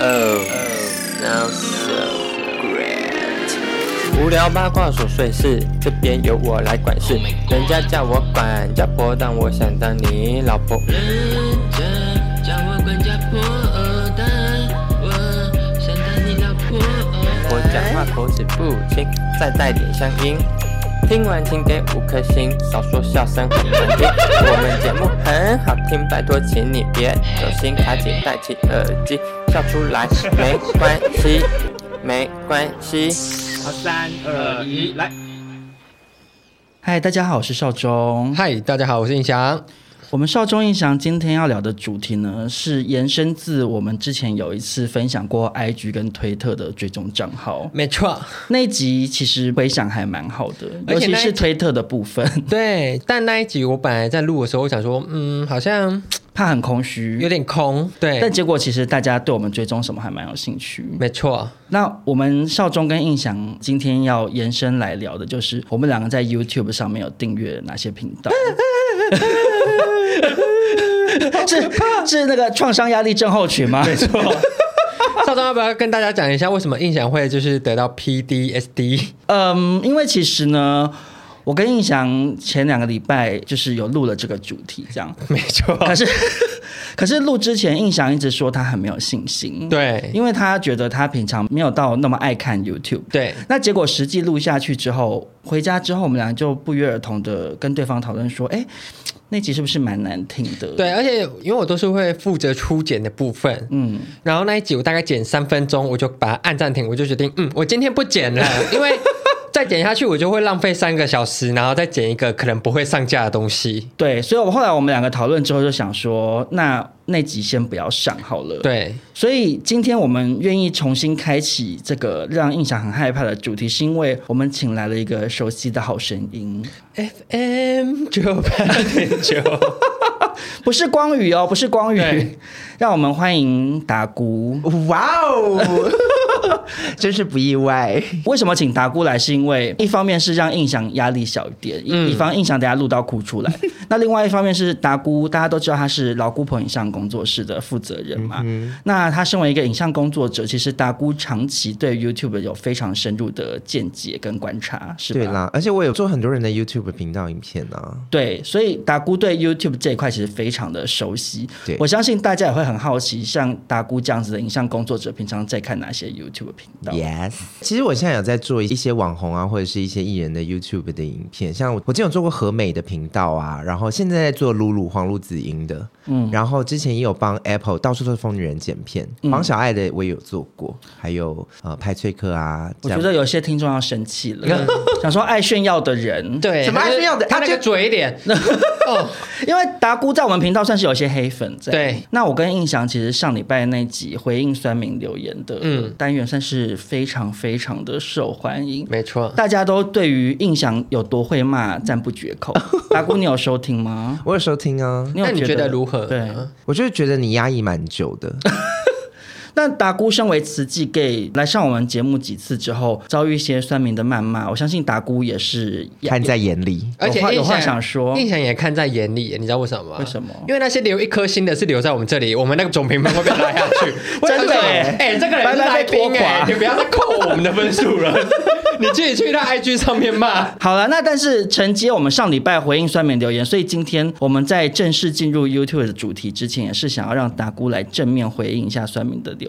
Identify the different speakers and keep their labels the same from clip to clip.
Speaker 1: Oh, now so great. 无聊八卦琐碎事，这边由我来管事。人家叫我管家婆，但我想当你老婆。
Speaker 2: 人家叫我管家婆，但我想当你老婆。
Speaker 1: 我讲话口齿不清，再带点乡音。听完请给五颗星，少说笑声很难听。我们节目很好听，拜托请你别走心，卡紧戴起耳机，笑出来没关系，没关系。
Speaker 3: 好，三二一，来！
Speaker 4: 嗨，大家好，我是邵忠。
Speaker 5: 嗨，大家好，我是印翔。
Speaker 4: 我们邵忠印象今天要聊的主题呢，是延伸自我们之前有一次分享过 IG 跟推特的追踪账号。
Speaker 5: 没错，
Speaker 4: 那一集其实回想还蛮好的，
Speaker 5: 而
Speaker 4: 尤
Speaker 5: 且
Speaker 4: 其
Speaker 5: 那一
Speaker 4: 是推特的部分，
Speaker 5: 对。但那一集我本来在录的时候，我想说，嗯，好像
Speaker 4: 怕很空
Speaker 5: 有
Speaker 4: 虚。
Speaker 5: 点空。对，
Speaker 4: 但结果其实大家对我们追踪什么还蛮有兴趣。
Speaker 5: 没错，
Speaker 4: 那我们少中跟印象今天要延伸来聊的就是我们两个在 YouTube 上面有订阅哪些频 道。是是那个创伤压力症候群吗？没错，
Speaker 5: 邵庄要不要跟大家讲一下，为什么印象会就是得到 PDSD？
Speaker 4: 嗯，因为其实呢，我跟印象前两个礼拜就是有录了这个主题，这 样，
Speaker 5: 没错，
Speaker 4: 可是可是录之前，印象一直说他很没有信心，，
Speaker 5: 对
Speaker 4: 因为他觉得他平常没有到那么爱看 YouTube，
Speaker 5: 对，
Speaker 4: 那结果实际录下去之后，回家之后，我们俩就不约而同的跟对方讨论说，哎，那集是不是蛮难听的？
Speaker 5: 对，，而且因为我都是会负责初剪的部分，
Speaker 4: 嗯，
Speaker 5: 然后那一集我大概剪三分钟，我就把它按暂停，我就决定，嗯，我今天不剪 了，因为再剪下去我就会浪费三个小时，然后再剪一个可能不会上架的东西。
Speaker 4: 对，所以我后来我们两个讨论之后就想说，那那集先不要上好了。，
Speaker 5: 对，
Speaker 4: 所以今天我们愿意重新开启这个让印象很害怕的主题，是因为我们请来了一个熟悉的好声音，
Speaker 5: FM 九八点 九，
Speaker 4: 不是光宇哦，不是光宇
Speaker 5: 对，
Speaker 4: 让我们欢迎达姑。
Speaker 3: 哇哦，真是不意外。
Speaker 4: 为什么请达姑来？是因为一方面是让印象压力小一点，
Speaker 3: 嗯
Speaker 4: 以以防印象等下录到哭出来。 那另外一方面是达姑，大家都知道她是老姑婆影像工作室的负责人嘛。
Speaker 3: 嗯
Speaker 4: 那她身为一个影像工作者，其实达姑长期对 YouTube 有非常深入的见解跟观察，是吧？
Speaker 3: 对啦，而且我有做很多人的 YouTube 频道影片啊。
Speaker 4: 对，所以达姑对 YouTube 这一块其实非常的熟悉
Speaker 3: 对。
Speaker 4: 我相信大家也会很好奇，像达姑这样子的影像工作者，平常在看哪些 YouTube 频道
Speaker 3: Yes，其实我现在有在做一些网红啊，或者是一些艺人的 YouTube 的影片，像我我之前有做过和美的频道啊，然后现在在做露露黄露子英的，嗯，然后之前也有帮 Apple 到处都是疯女人剪片，黄小爱的我也有做过，还有呃派翠克啊，
Speaker 4: 我
Speaker 3: 这样
Speaker 4: 觉得有些听众要生气了， 想说爱炫耀的 人，
Speaker 5: 对，
Speaker 3: 什么
Speaker 5: 他就
Speaker 3: 还需要的啊
Speaker 5: 他那
Speaker 3: 他
Speaker 5: 个
Speaker 3: 就
Speaker 5: 嘴脸，哦，
Speaker 4: 因为达姑在我们频道算是有些黑粉在。
Speaker 5: 对，
Speaker 4: 那我跟印象其实上礼拜那集回应酸民留言的
Speaker 5: 嗯
Speaker 4: 单元算是非常非常的受欢迎，
Speaker 5: 没错，
Speaker 4: 大家都对于印象有多会骂赞不绝 口。达姑，你有收听吗？
Speaker 3: 我有收听啊，
Speaker 4: 有
Speaker 5: 那你
Speaker 4: 觉
Speaker 5: 觉得如何？嗯
Speaker 4: 对，
Speaker 3: 我就是觉得你压抑蛮久的，
Speaker 4: 那达姑身为慈济 gay 来上我们节目几次之后，遭遇一些酸民的谩骂，我相信达姑也是
Speaker 3: 看在眼里。
Speaker 5: 而且
Speaker 4: 有话有话
Speaker 5: 印象
Speaker 4: 想说
Speaker 5: 印象也看在眼里，你知道为什么吗？
Speaker 4: 为什么
Speaker 5: 因为那些留一颗星的是留在我们这里，我们那个总评分会被拉下去。我想
Speaker 4: 真的
Speaker 5: 说
Speaker 4: 耶
Speaker 5: 哎，这个人
Speaker 4: 白白
Speaker 5: 是来
Speaker 4: 被拖
Speaker 5: 宾哎
Speaker 4: 垮，
Speaker 5: 你不要再扣我们的分数 了，你自己去他 IG 上面骂。
Speaker 4: 好了，那但是承接我们上礼拜回应酸民留言，所以今天我们在正式进入 YouTube 的主题之前，也是想要让达姑来正面回应一下酸民的留言。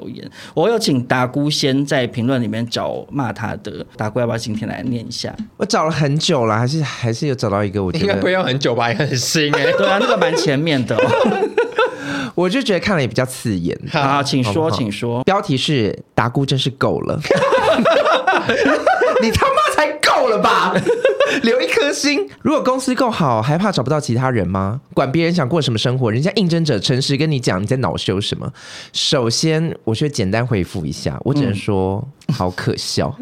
Speaker 4: 我有请达姑先在评论里面找骂他的，达姑要不要今天来念一下？
Speaker 3: 我找了很久了，还是还是有找到一个，我觉
Speaker 5: 应该不
Speaker 3: 得
Speaker 5: 用很久吧，也很新哎。
Speaker 4: 对啊，那个蛮前面的、哦。
Speaker 3: 我就觉得看了也比较刺眼。
Speaker 4: 好，请
Speaker 3: 好
Speaker 4: 说，
Speaker 3: 不好
Speaker 4: 请说。
Speaker 3: 标题是“达姑真是够了”， 你他妈才够了吧？留一颗心。如果公司够好，还怕找不到其他人吗？管别人想过什么生活，人家应征者诚实跟你讲，你在恼羞什么？首
Speaker 4: 嗯
Speaker 3: 先，我去简单回复一下，我只能说、好可笑。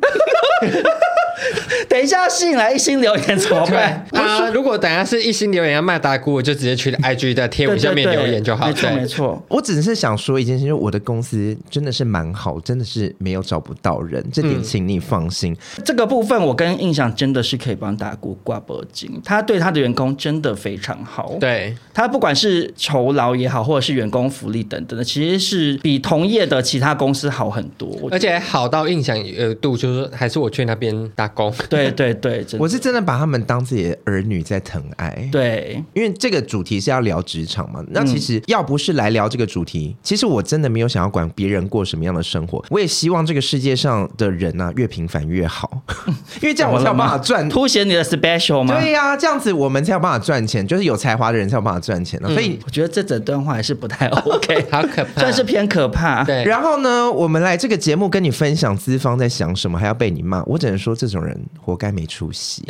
Speaker 4: 等一下吸引来一星留言怎么办？
Speaker 5: 对啊，如果等下是一心留言要骂达姑，我就直接去 IG 的贴文下面留言就好。
Speaker 4: 没错没
Speaker 5: 对，
Speaker 4: 错。
Speaker 3: 我只是想说一件事，就是我的公司真的是蛮好，真的是没有找不到人，这
Speaker 4: 嗯
Speaker 3: 点请你放心。
Speaker 4: 这个部分我跟印象真的是可以帮大姑挂脖颈，他对他的员工真的非常好。
Speaker 5: 对，
Speaker 4: 他不管是酬劳也好，或者是员工福利等等的，其实是比同业的其他公司好很多。我
Speaker 5: 而且好到印象呃度，就是还是我去那边打工。
Speaker 4: 对对对，真的
Speaker 3: 我是真的把他们当自己的儿女在疼爱。
Speaker 4: 对
Speaker 3: 因为这个主题是要聊职场
Speaker 4: 嗯
Speaker 3: 嘛，那其实要不是来聊这个主题，其实我真的没有想要管别人过什么样的生活，我也希望这个世界上的人呢、啊、越平凡越好， 因为这样我才有办法赚。
Speaker 4: 凸显你的 special 吗？
Speaker 3: 对呀、这样子我们才有办法赚钱，就是有才华的人才有办法赚钱
Speaker 4: 嗯
Speaker 3: 啊。所以
Speaker 4: 我觉得这整段话还是不太 OK，
Speaker 5: 好可怕
Speaker 4: 算是偏可怕。
Speaker 5: 对，
Speaker 3: 然后呢，我们来这个节目跟你分享资方在想什么，还要被你骂，我只能说这种人活该没出息。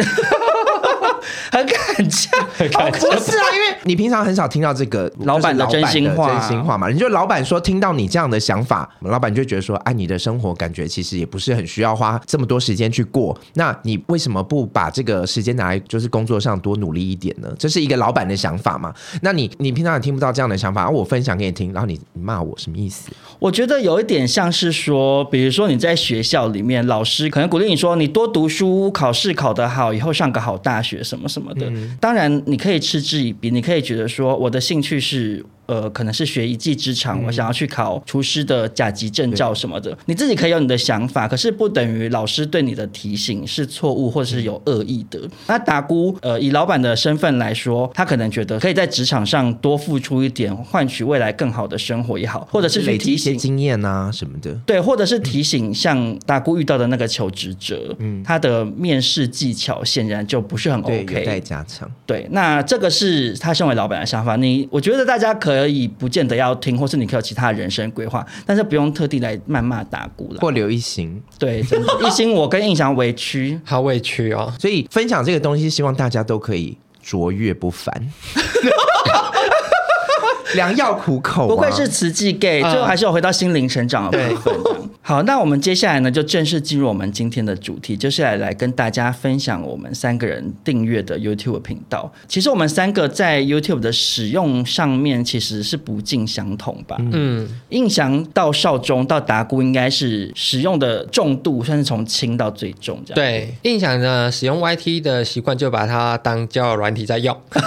Speaker 4: 很敢讲，好可
Speaker 3: 不是啊，因为你平常很少听到这个
Speaker 4: 老板的
Speaker 3: 就是
Speaker 4: 真心话
Speaker 3: 真心话嘛。你就老板说听到你这样的想法，老板就觉得说，啊，你的生活感觉其实也不是很需要花这么多时间去过，那你为什么不把这个时间拿来就是工作上多努力一点呢？这是一个老板的想法嘛？那你你平常也听不到这样的想法，啊、我分享给你听，然后你你骂我什么意思？
Speaker 4: 我觉得有一点像是说，比如说你在学校里面，老师可能鼓励你说，你多读书，考试考得好，以后上个好大学什么什么的。当然，你可以嗤之以鼻，你可以觉得说，我的兴趣是。呃，可能是学一技之长，我想要去考厨师的甲级证照什么的。你自己可以有你的想法，可是不等于老师对你的提醒是错误或是有恶意的。那打姑，呃，以老板的身份来说，他可能觉得可以在职场上多付出一点，换取未来更好的生活也好，或者是去
Speaker 3: 累积
Speaker 4: 提
Speaker 3: 一些
Speaker 4: 醒
Speaker 3: 经验啊什么的。
Speaker 4: 对，或者是提醒像大姑遇到的那个求职者，他的面试技巧显然就不是很
Speaker 3: 对
Speaker 4: OK，
Speaker 3: 有待加强。
Speaker 4: 对，那这个是他身为老板的想法。你，我觉得大家可以不见得要听，或是你可以有其他人生规划，但是不用特地来谩骂打鼓了。
Speaker 3: 或刘一行，
Speaker 4: 对，真的一心我跟印象委屈。
Speaker 5: 好委屈哦。
Speaker 3: 所以分享这个东西，希望大家都可以卓越不 凡，良药苦口、啊。
Speaker 4: 不愧是慈济 gay，最后
Speaker 5: 嗯
Speaker 4: 还是有回到心灵成长的部分这样。好，那我们接下来呢，就正式进入我们今天的主题，就是来来跟大家分享我们三个人订阅的 YouTube 频道。其实我们三个在 YouTube 的使用上面其实是不尽相同吧？
Speaker 5: 嗯，
Speaker 4: 印象到少中到达姑应该是使用的重度，算是从轻到最重这样。
Speaker 5: 对，印象呢，使用 YT 的习惯就把它当交友软体在 用，
Speaker 4: 对，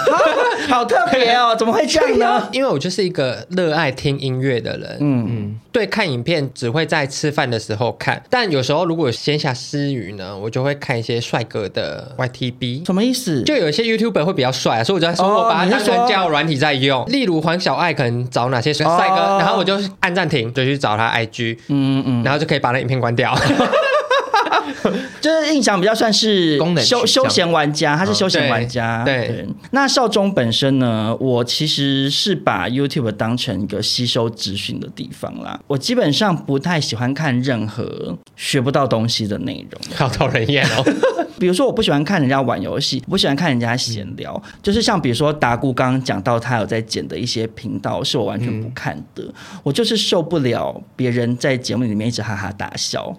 Speaker 4: 好特别哦，怎么会这样呢？
Speaker 5: 因为我就是一个热爱听音乐的人。
Speaker 4: 嗯，
Speaker 5: 对，看影片只会在吃饭的时候看，但有时候如果有闲暇私余呢，我就会看一些帅哥的 YTB。
Speaker 4: 什么意思？
Speaker 5: 就有一些 YouTuber 会比较帅、所以我就在说，
Speaker 4: 哦
Speaker 5: 我把它当
Speaker 4: 你是说
Speaker 5: 成交友软体在用。例如黄小爱可能找哪些帅哥，
Speaker 4: 哦
Speaker 5: 然后我就按暂停，就去找他 IG，
Speaker 4: 嗯嗯，
Speaker 5: 然后就可以把那影片关掉。
Speaker 4: 就是印象比较算是
Speaker 3: 功能取
Speaker 4: 休
Speaker 3: 向
Speaker 4: 休闲玩家，他是休闲玩家。
Speaker 5: 嗯对对
Speaker 4: 那少中本身呢，我其实是把 YouTube 当成一个吸收资讯的地方啦。我基本上不太喜欢看任何学不到东西的内容。
Speaker 5: 好讨人厌哦！
Speaker 4: 比如说，我不喜欢看人家玩游戏，我不喜欢看人家闲聊，就是像比如说达姑刚刚讲到他有在剪的一些频道，是我完全不看的，我就是受不了别人在节目里面一直哈哈大笑。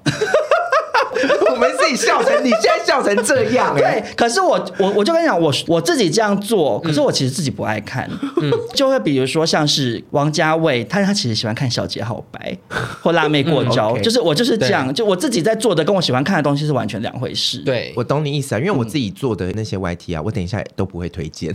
Speaker 3: 我们自己笑成，你现在笑成这样、哎，
Speaker 4: 对，可是我我我就跟你讲，我我自己这样做，
Speaker 3: 嗯
Speaker 4: 可是我其实自己不爱看，就会比如说像是王家卫，他他其实喜欢看《小姐好白》或《辣妹过招》
Speaker 3: 嗯，OK
Speaker 4: 就是我就是这样，就我自己在做的跟我喜欢看的东西是完全两回事。，
Speaker 5: 对，
Speaker 3: 我懂你意思啊，因为我自己做的那些 YT 啊，我等一下都不会推 荐。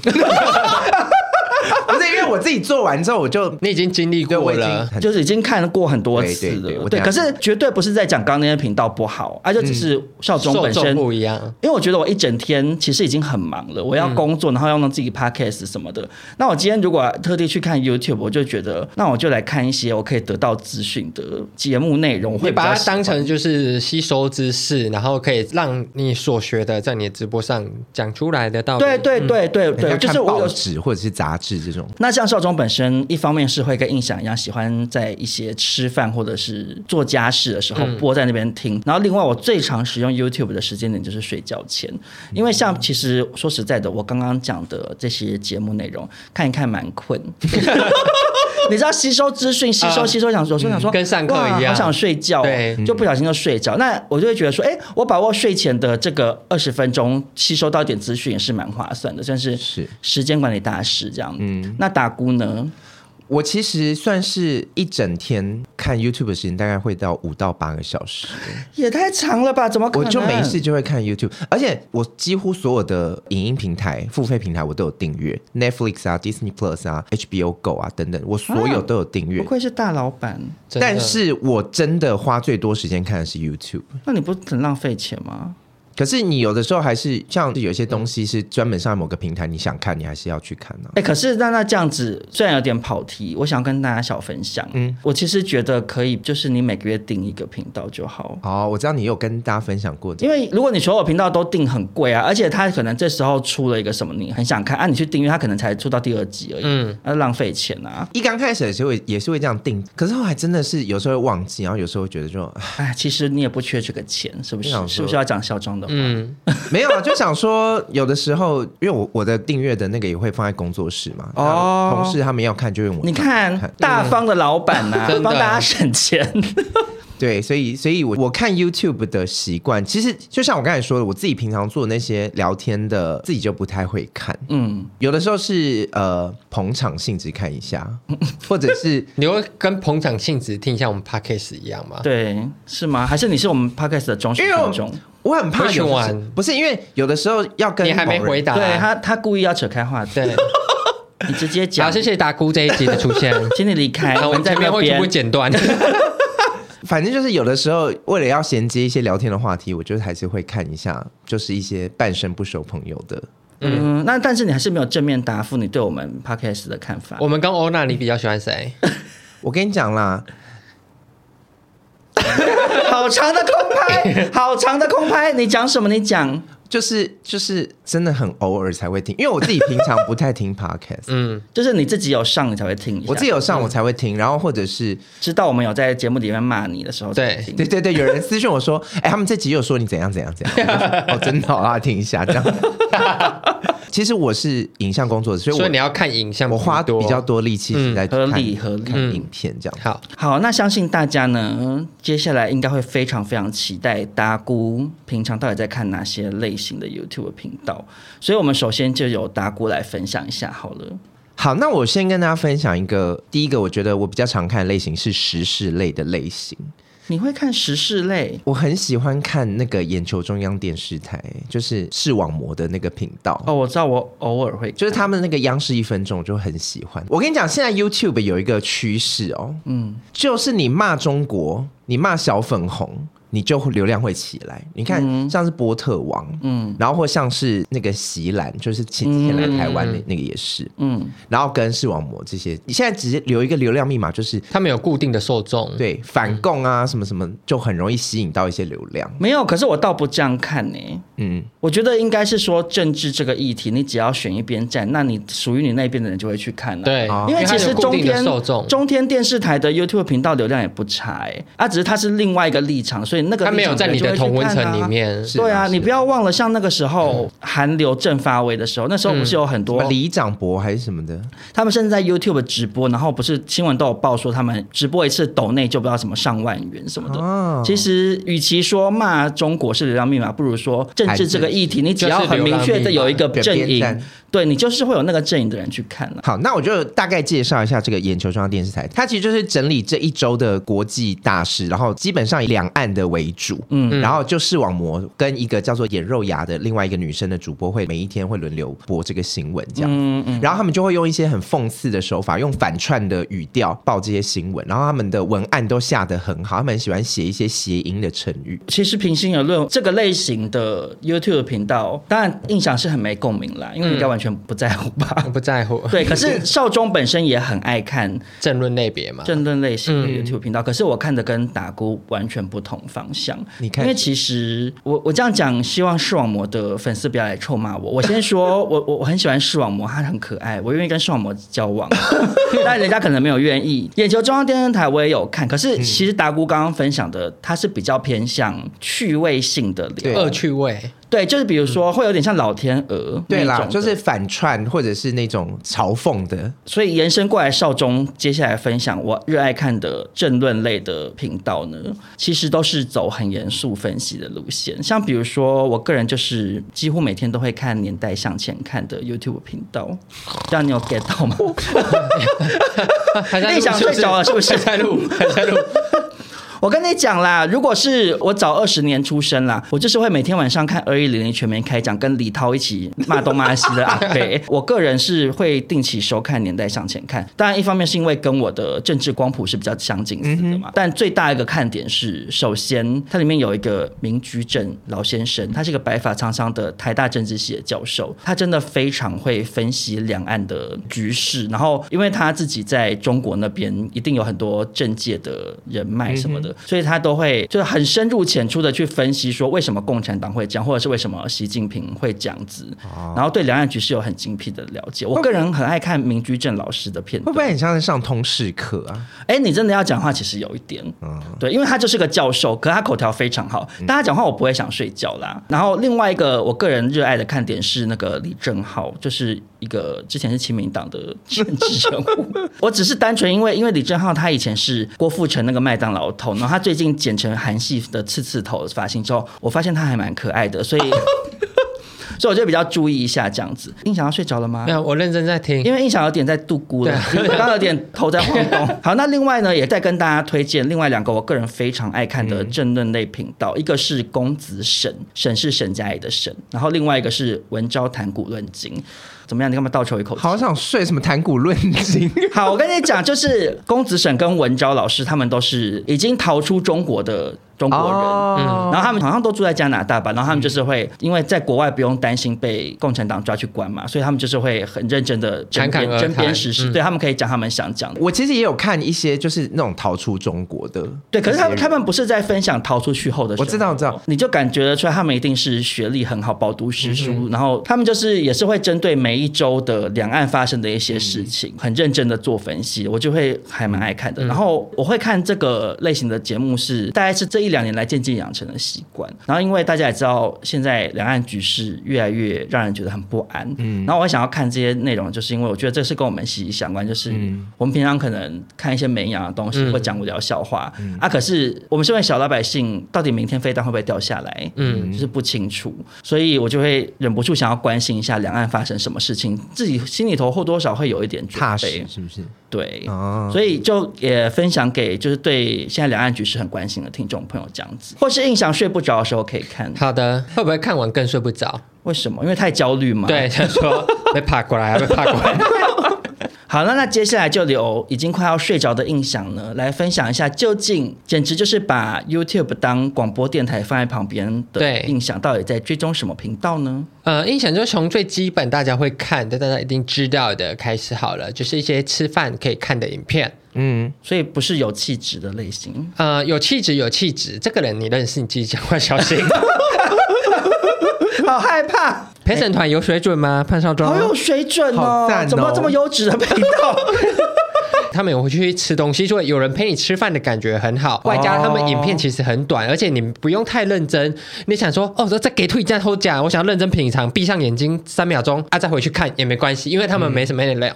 Speaker 3: 不是因为我自己做完之后，我就
Speaker 5: 你已经经历
Speaker 3: 对
Speaker 5: 过
Speaker 3: 我已经
Speaker 5: 了，
Speaker 3: 很
Speaker 4: 就是已经看过很多次了，
Speaker 3: 对对对我
Speaker 4: 可
Speaker 3: 等下嗯
Speaker 4: 是绝对不是在讲刚刚那些频道不好，啊，就只是少中
Speaker 5: 受
Speaker 4: 本
Speaker 5: 众
Speaker 4: 身
Speaker 5: 不一样。
Speaker 4: 因为我觉得我一整天其实已经很忙了，我
Speaker 5: 嗯
Speaker 4: 要工作，然后要弄自己 podcast 什么的。那我今天如果特地去看 YouTube，我就觉得，那我就来看一些我可以得到资讯的节目内容，我
Speaker 5: 你
Speaker 4: 会比较
Speaker 5: 把它
Speaker 4: 喜欢
Speaker 5: 当成就是吸收知识，然后可以让你所学的在你的直播上讲出来的道理。
Speaker 4: 对对对对
Speaker 5: 嗯
Speaker 4: 对，
Speaker 3: 很像
Speaker 4: 就是
Speaker 3: 看
Speaker 4: 我
Speaker 3: 报
Speaker 4: 有
Speaker 3: 纸或者是杂志这种。
Speaker 4: 那像少中本身，一方面是会跟印象一样，喜欢在一些吃饭或者是做家事的时候
Speaker 5: 嗯
Speaker 4: 播在那边听。然后另外，我最常使用 YouTube 的时间点就是睡觉前，因为
Speaker 5: 嗯
Speaker 4: 像其实 说实在的，我刚刚讲的这些节目内容看一看蛮困。你知道吸收资讯、吸收
Speaker 5: 啊
Speaker 4: 吸收，想说，说想说，
Speaker 5: 跟上课
Speaker 4: 哇
Speaker 5: 一样
Speaker 4: 好想睡觉哦，
Speaker 5: 对
Speaker 4: 就
Speaker 3: 嗯
Speaker 4: 不小心就睡着。那我就会觉得说，哎，我把握睡前的这个二十分钟，吸收到一点资讯也是蛮划算的，算是
Speaker 3: 是嗯
Speaker 4: 时间管理大师这样子。那打鼓呢？
Speaker 3: 我其实算是一整天看 YouTube 的时间，大概会到五到八个小时。
Speaker 4: 也太长了吧？怎么可
Speaker 3: 我
Speaker 4: 能？
Speaker 3: 就没事就会看 YouTube，而且我几乎所有的影音平台、付费平台我都有订阅，Netflix 啊、Disney Plus 啊、HBO Go 啊等等，我所有都有订阅
Speaker 4: 不。愧是大老板，
Speaker 5: 真的
Speaker 3: 但是我真的花最多时间看的是 YouTube。
Speaker 4: 那你不是很浪费钱吗？
Speaker 3: 可是你有的时候还是像有些东西是专门上某个平台，你想看你还是要去看啊呢、
Speaker 4: 哎、可是那那这样子，虽然有点跑题，我想跟大家小分享。嗯，我其实觉得可以，就是你每个月定一个频道就好。
Speaker 3: 哦，我知道你有跟大家分享过的
Speaker 4: 因为如果你所有频道都定很贵啊，而且它可能这时候出了一个什么你很想看啊，你去订阅它可能才出到第二集而已，嗯，那浪费钱啊！
Speaker 3: 一刚开始的时候也也是会这样定，可是后来真的是有时候会忘记，然后有时候会觉得说唉
Speaker 4: 哎，其实你也不缺这个钱，是不是
Speaker 3: 我想？说
Speaker 4: 是不是要讲嚣张的话？
Speaker 5: 嗯，
Speaker 3: 没有啊，就想说有的时候，因为我我的订阅的那个也会放在工作室嘛，
Speaker 4: 哦
Speaker 3: 哦，同事他们要看就用我
Speaker 4: 你看
Speaker 3: 看，
Speaker 4: 大方的老板呐、
Speaker 5: 真的啊
Speaker 4: 帮大家 省钱。
Speaker 3: 对，所以所以我我看 YouTube 的习惯，其实就像我刚才说的，我自己平常做那些聊天的，自己就不太会看，
Speaker 4: 嗯，
Speaker 3: 有的时候是呃捧场性质看一下， 或者是
Speaker 5: 你会跟捧场性质听一下我们 podcast 一样吗？
Speaker 4: 对，是吗？还是你是我们 podcast 的忠实
Speaker 3: 因为我
Speaker 4: 观众？
Speaker 3: 我很怕有
Speaker 5: 不喜
Speaker 3: 的时
Speaker 5: 欢
Speaker 3: 不是因为有的时候要跟
Speaker 5: 你还没
Speaker 3: 某人
Speaker 5: 回答、
Speaker 4: 对他，他故意要扯开话题，
Speaker 5: 啊 对，
Speaker 4: 你直接
Speaker 5: 好，
Speaker 4: 讲。
Speaker 5: 谢谢达姑这一集的出现。
Speaker 4: 请你离开，
Speaker 5: 好，我
Speaker 4: 们
Speaker 5: 们
Speaker 4: 在
Speaker 5: 前面
Speaker 4: 那
Speaker 5: 会全
Speaker 4: 边
Speaker 5: 部。剪断。
Speaker 3: 反正就是有的时候，为了要衔接一些聊天的话题，我觉得还是会看一下，就是一些半生不熟朋友的。
Speaker 4: 嗯，那但是你还是没有正面答复你对我们 podcast 的看法。
Speaker 5: 我们跟欧娜，你比较喜欢谁？
Speaker 3: 我跟你讲啦，
Speaker 4: 好长的空 拍，好长的空拍，你讲什么？你讲。
Speaker 3: 就是就是真的很偶尔才会听，因为我自己平常不太 听 podcast，、
Speaker 5: 嗯，
Speaker 4: 就是你自己有上，你才会听一下。
Speaker 3: 我自己有上我才会听，然后或者是
Speaker 4: 知道我们有在节目里面骂你的时候才 会听，
Speaker 3: 对对对，有人私讯 我说，哎、他们这集又说你怎样怎样怎样，我就说哦，真的、哦，啊，听一下这 样。其实我是影像工作者，所以我
Speaker 5: 所以你要看影像，
Speaker 3: 我花
Speaker 5: 多嗯
Speaker 3: 比较多力气是在
Speaker 4: 合
Speaker 3: 看、
Speaker 4: 理合理。
Speaker 3: 看影片这样。
Speaker 5: 好。
Speaker 4: 好，那相信大家呢，接下来应该会非常非常期待大姑平常到底在看哪些类型的 YouTube 频道，所以我们首先就由大姑来分享一下好了。
Speaker 3: 好，那我先跟大家分享一个，第一个我觉得我比较常看的类型是时事类的类型，
Speaker 4: 你会看时事类？
Speaker 3: 我很喜欢看那个眼球中央电视台，就是视网膜的那个频道。
Speaker 4: 哦，我知道，我偶尔会看，
Speaker 3: 就是他们那个央视一分钟，我就很喜欢。我跟你讲，现在 YouTube 有一个趋势哦，嗯，就是你骂中国，你骂小粉红，你就流量会起来。你看，像是波特王，嗯，然后或像是那个席兰，就是前几天来台湾那那个也是，
Speaker 4: 嗯，
Speaker 3: 然后跟视网膜这些，你现在直接留一个流量密码，就是
Speaker 5: 他们有固定的受众，，
Speaker 3: 对反共啊什么什么，就很容易吸引到一些流量。
Speaker 4: 没有，可是我倒不这样看呢、
Speaker 3: 嗯，
Speaker 4: 我觉得应该是说政治这个议题，你只要选一边站，那你属于你那边的人就会去看了、
Speaker 5: 对
Speaker 4: 因为其
Speaker 5: 它
Speaker 4: 实
Speaker 5: 有固
Speaker 4: 中
Speaker 5: 定的
Speaker 4: 天
Speaker 5: 受众，
Speaker 4: 中天电视台的 YouTube 频道流量也不差、欸，啊，只是它是另外一个立场，所以那个
Speaker 5: 他没有在你的同温层里
Speaker 4: 面。
Speaker 5: 面。
Speaker 3: 是
Speaker 4: 对啊，
Speaker 3: 是
Speaker 4: 你不要忘了，像那个时
Speaker 5: 嗯
Speaker 4: 候韩流正发威的时候，那时候不是有很
Speaker 3: 什
Speaker 4: 多
Speaker 3: 么，李长博还是什么的，
Speaker 4: 他们甚至在 YouTube 直播，然后不是新闻都有报说他们直播一次抖内就不知道什么上万元什么的。
Speaker 3: 哦
Speaker 4: 其实，与其说骂中国是流量密码，不如说政治这个议题，你只要很明确的有一个
Speaker 3: 就是
Speaker 4: 阵
Speaker 3: 流量密码
Speaker 4: 营，对你就是会有那个阵营的人去看了。
Speaker 3: 好，那我就大概介绍一下这个眼球中央电视台，它其实就是整理这一周的国际大事，然后基本上以两岸的为主，嗯，然后就视网膜跟一个叫做眼肉芽的另外一个女生的主播会每一天会轮流播这个新闻这样子，
Speaker 4: 嗯
Speaker 3: 然后他们就会用一些很讽刺的手法，用反串的语调报这些新闻，然后他们的文案都下得很好，他们很喜欢写一些谐音的成语，
Speaker 4: 其实平心而论，这个类型的 YouTube 频道，当然印象是很没共鸣啦，因为应该
Speaker 3: 嗯
Speaker 4: 完全不在乎吧。
Speaker 5: 我不在乎
Speaker 4: 对，可是少中本身也很爱看
Speaker 5: 政论类别嘛，
Speaker 4: 啊政论类型
Speaker 3: 嗯
Speaker 4: 的 YouTube 频道，可是我看的跟打姑完全不同方向。
Speaker 3: 你看
Speaker 4: 因为其实我我这样讲，希望视网膜的粉丝不要来臭骂我。我先说， 我我我很喜欢视网膜，他很可爱，我愿意跟视网膜交 往，但人家可能没有愿意。眼球中央电视台我也有看，可
Speaker 3: 嗯
Speaker 4: 是其实达姑刚刚分享的，它是比较偏向趣味性的聊
Speaker 3: 对嗯
Speaker 5: 恶趣味，
Speaker 4: 对，就是比如说会有点像老天鹅那
Speaker 3: 对啦，
Speaker 4: 种的
Speaker 3: 就是反串或者是那种嘲讽的，
Speaker 4: 所以延伸过来，少中接下来分享我热爱看的政论类的频道呢，其实都是走很严肃分析的路线。像比如说，我个人就是几乎每天都会看《年代向前看》的 YouTube 频道，这样你有 get 到吗？
Speaker 5: 哦 还在
Speaker 4: 内
Speaker 5: 录
Speaker 4: 想
Speaker 5: 是不
Speaker 4: 睡
Speaker 5: 是
Speaker 4: 着了是不是
Speaker 5: 还在录，还在录。
Speaker 4: 我跟你讲啦，如果是我早二十年出生啦，我就是会每天晚上看二一零零全民开讲，跟李涛一起骂东骂西的阿北。我个人是会定期收看《年代向前看》，当然一方面是因为跟我的政治光谱是比较相近似的嘛，但最大一个看点是，首先它里面有一个民居正老先生，他是一个白发苍苍的台大政治系的教授，他真的非常会分析两岸的局势，然后因为他自己在中国那边一定有很多政界的人脉什么的，所以他都会就是很深入浅出的去分析说为什么共产党会这样，或者是为什么习近平会这样子，然后对两岸局势有很精辟的了解。我个人很爱看明居正老师的片
Speaker 3: 会
Speaker 4: 段
Speaker 3: 不，会很像是上通识课啊？
Speaker 4: 哎、你真的要讲话，其实有一点，对，因为他就是个教授，可他口条非常好，但他讲话我不会想睡觉啦。然后另外一个我个人热爱的看点是那个李正浩，就是一个之前是亲民党的政治人物。我只是单纯因为因为李正浩他以前是郭富城那个麦当劳头，然后他最近剪成韩系的刺刺头发型之后，我发现他还蛮可爱的，所以 所以我就比较注意一下这样子。印象要睡着了吗
Speaker 5: 没？有，我认真在听。
Speaker 4: 啊因为印象有点在度孤了，我刚刚有点头在晃动。 好，那另外呢，也再跟大家推荐另外两个我个人非常爱看
Speaker 3: 嗯
Speaker 4: 的政论类频道，一个是公子沈，沈是沈佳宜的沈，然后另外一个是文昭谈古论今。怎么样？你干嘛倒抽一口气？
Speaker 3: 好想睡什么谈古论今，
Speaker 4: 好，我跟你讲，就是公子沈跟文昭老师，他们都是已经逃出中国的中国人，
Speaker 3: 哦
Speaker 4: 然后他们好像都住在加拿大吧，然后他们就是会、因为在国外不用担心被共产党抓去关嘛，所以他们就是会很认真的针
Speaker 5: 侃侃
Speaker 4: 砭
Speaker 5: 而
Speaker 4: 针砭
Speaker 5: 谈
Speaker 4: 时事，
Speaker 5: 嗯
Speaker 4: 对他们可以讲他们想讲的。
Speaker 3: 我其实也有看一些就是那种逃出中国的，
Speaker 4: 对，可是他们
Speaker 3: 一些
Speaker 4: 他们不是在分享逃出去后的生活，
Speaker 3: 我知道我知道
Speaker 4: 你就感觉得出来，他们一定是学历很好，饱读诗书，
Speaker 3: 嗯
Speaker 4: 然后他们就是也是会针对每一周的两岸发生的一些事
Speaker 3: 嗯
Speaker 4: 情，很认真的做分析，我就会还蛮爱看的。然后我会看这个类型的节目是大概是这一两年来渐渐养成的习惯。然后因为大家也知道，现在两岸局势越来越让人觉得很不安，嗯，然后我会想要看这些内容，就是因为我觉得这是跟我们息息相关，就是
Speaker 3: 嗯
Speaker 4: 我们平常可能看一些没营养的东西，或讲无聊笑话、
Speaker 3: 嗯
Speaker 4: 啊，可是我们身为小老百姓，到底明天飞弹会不会掉下来？嗯，就是不清楚，所以我就会忍不住想要关心一下两岸发生什么事情，自己心里头或多或少会有一点准
Speaker 3: 踏
Speaker 4: 备
Speaker 3: 实，是不是？
Speaker 4: 对，
Speaker 3: 哦
Speaker 4: 所以就也分享给就是对现在两岸局势很关心的听众朋友这样子，或是印象睡不着的时候可以看，
Speaker 5: 好的，会不会看完更睡不着？
Speaker 4: 为什么？因为太焦虑嘛。
Speaker 5: 对，想 说被爬过来，被爬过来。
Speaker 4: 好，那那接下来就留已经快要睡着的印象呢，来分享一下，究竟简直就是把 YouTube 当广播电台放在旁边的
Speaker 5: 对
Speaker 4: 印象，到底在追踪什么频道呢？
Speaker 5: 呃，印象就是从最基本大家会看，但大家一定知道的开始好了，就是一些吃饭可以看的影片。
Speaker 3: 嗯，
Speaker 4: 所以不是有气质的类型。
Speaker 5: 呃，有气质，有气质，这个人你认识，你自己讲话小 心。
Speaker 4: 好害怕，
Speaker 5: 陪审团有水准吗？潘少
Speaker 4: 好有
Speaker 5: 庄，
Speaker 4: 水准哦！
Speaker 3: 好赞哦
Speaker 4: 怎么这么优质的频 道？
Speaker 5: 他们有回去吃东西，就会有人陪你吃饭的感觉很好。外加他们影片其实很短，而且你不用太认真。你想说，哦，这给退加偷假，我想要认真品尝，闭上眼睛三秒钟啊，再回去看也没关系，因为他们没什么内容。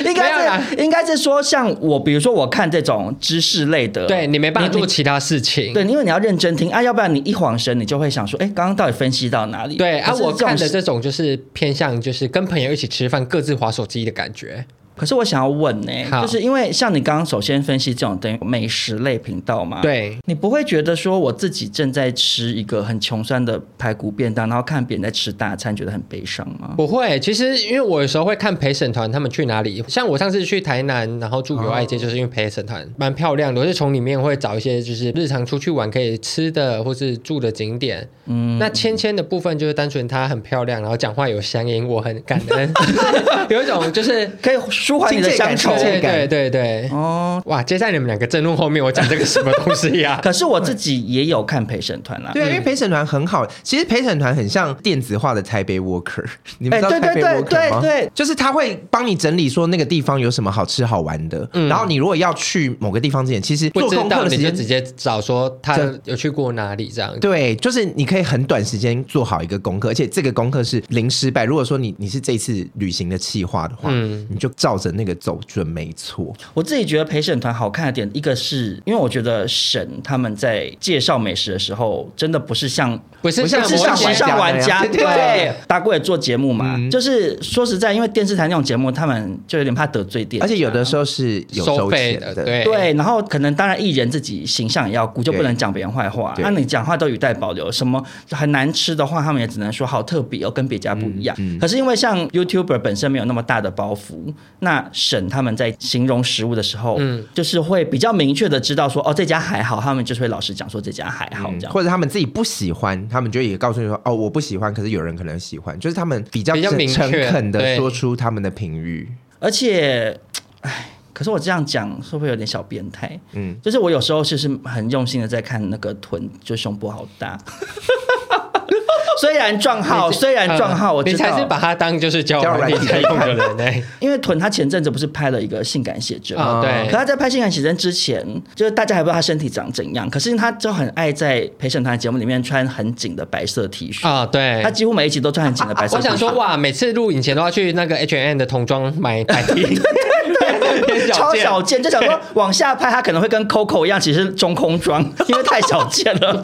Speaker 4: 应
Speaker 5: 没有
Speaker 4: 该
Speaker 5: 啦
Speaker 4: 是应该是说，像我，比如说我看这种知识类的，
Speaker 5: 对你没办法
Speaker 4: 你
Speaker 5: 做其他事情。
Speaker 4: 对，因为你要认真听啊，要不然你一晃神，你就会想说，哎，刚刚到底分析到哪里？
Speaker 5: 对啊，
Speaker 4: 可是
Speaker 5: 我看的
Speaker 4: 种
Speaker 5: 这种就是偏向就是跟朋友一起吃饭，各自划手机的感觉。
Speaker 4: 可是我想要问呢、
Speaker 5: 好
Speaker 4: 就是因为像你刚刚首先分析这种等于美食类频道嘛，，
Speaker 5: 对，
Speaker 4: 你不会觉得说我自己正在吃一个很穷酸的排骨便当，然后看别人在吃大餐，觉得很悲伤吗？
Speaker 5: 不会。其实因为我有时候会看陪审团他们去哪里，像我上次去台南，然后住友
Speaker 3: 哦
Speaker 5: 爱街，就是因为陪审团蛮漂亮的，我是从里面会找一些就是日常出去玩可以吃的或是住的景点。嗯，那芊芊的部分 就是单纯她很漂亮，然后讲话有乡音，我很感恩，有一种就是
Speaker 4: 可以舒缓你的乡愁
Speaker 3: 亲切感
Speaker 5: 对对对对，
Speaker 4: 哦。
Speaker 5: 哇！接在你们两个争论后面，我讲这个什么东西啊呀、
Speaker 4: 可是我自己也有看陪审团啦，
Speaker 3: 对啊，因为陪审团很好，其实陪审团很像电子化的台北 Walker，你们知道
Speaker 4: 哎对
Speaker 3: 台北
Speaker 4: 对
Speaker 3: Walker 吗？
Speaker 4: 对对对
Speaker 3: 就是他会帮你整理说那个地方有什么好吃好玩的，
Speaker 4: 嗯
Speaker 3: 然后你如果要去某个地方之前，其实
Speaker 5: 不
Speaker 3: 做
Speaker 5: 知
Speaker 3: 功课
Speaker 5: 道
Speaker 3: 的时
Speaker 5: 你就
Speaker 3: 间
Speaker 5: 直接找说他
Speaker 3: 这
Speaker 5: 有去过哪里这样。
Speaker 3: 对，就是你可以很短时间做好一个功课，而且这个功课是零失败。如果说你你是这次旅行的计划的话，
Speaker 5: 嗯
Speaker 3: 你就照着那个走准没错。
Speaker 4: 我自己觉得陪审团好看的点，一个是因为我觉得沈他们在介绍美食的时候，真的不是像
Speaker 5: 不是像
Speaker 4: 不是
Speaker 5: 模
Speaker 4: 像
Speaker 5: 型
Speaker 4: 玩上玩家，
Speaker 3: 对对对
Speaker 4: 对，大姑也做节目嘛，就是说实在，因为电视台那种节目，他们就有点怕得罪店家，
Speaker 3: 而且有的时候是有
Speaker 5: 收费
Speaker 3: 钱
Speaker 5: 的，
Speaker 3: 的，
Speaker 5: 对
Speaker 4: 对，然后可能当然艺人自己形象也要顾，就不
Speaker 3: 对
Speaker 4: 能讲别人坏话。
Speaker 3: 对
Speaker 4: 那、你讲话都语带保留，什么很难吃的话，他们也只能说好特别哦，跟别家不一样。可是因为像 YouTuber 本身没有那么大的包袱，那沈他们在形容食物的时候，就是会比较明确的知道说哦这家还好，他们就是会老实讲说这家还好这样。
Speaker 3: 或者他们自己不喜欢，他们就也告诉你说：“哦，我不喜欢。”可是有人可能喜欢，就是他们比较
Speaker 5: 比较明确
Speaker 3: 诚恳的
Speaker 5: 对
Speaker 3: 说出他们的评语。
Speaker 4: 而且，唉，可是我这样讲会不会有点小变态？
Speaker 3: 嗯
Speaker 4: 嗯，就是我有时候就是很用心的在看那个臀，就胸部好大。 虽然撞号，虽然撞号，我
Speaker 5: 嗯你
Speaker 4: 知
Speaker 5: 才是
Speaker 4: 道，
Speaker 5: 把它当就是交友软体才用的人呢、
Speaker 4: 因为臀他前阵子不是拍了一个性感写真
Speaker 5: 啊
Speaker 4: 吗？
Speaker 5: 对
Speaker 4: 可他在拍性感写真之前，就是大家还不知道他身体长怎样，可是他就很爱在陪审团节目里面穿很紧的白色 T 恤，
Speaker 5: 啊，对
Speaker 4: 他。几乎每一集都穿很紧的白色
Speaker 5: 我
Speaker 4: T 恤。
Speaker 5: 想说，哇，每次录影前都要去那个 H N 的童装买白 T，
Speaker 4: 超小件，就想说往下拍，它可能会跟 Coco 一样，其实是中空装，因为太小件了。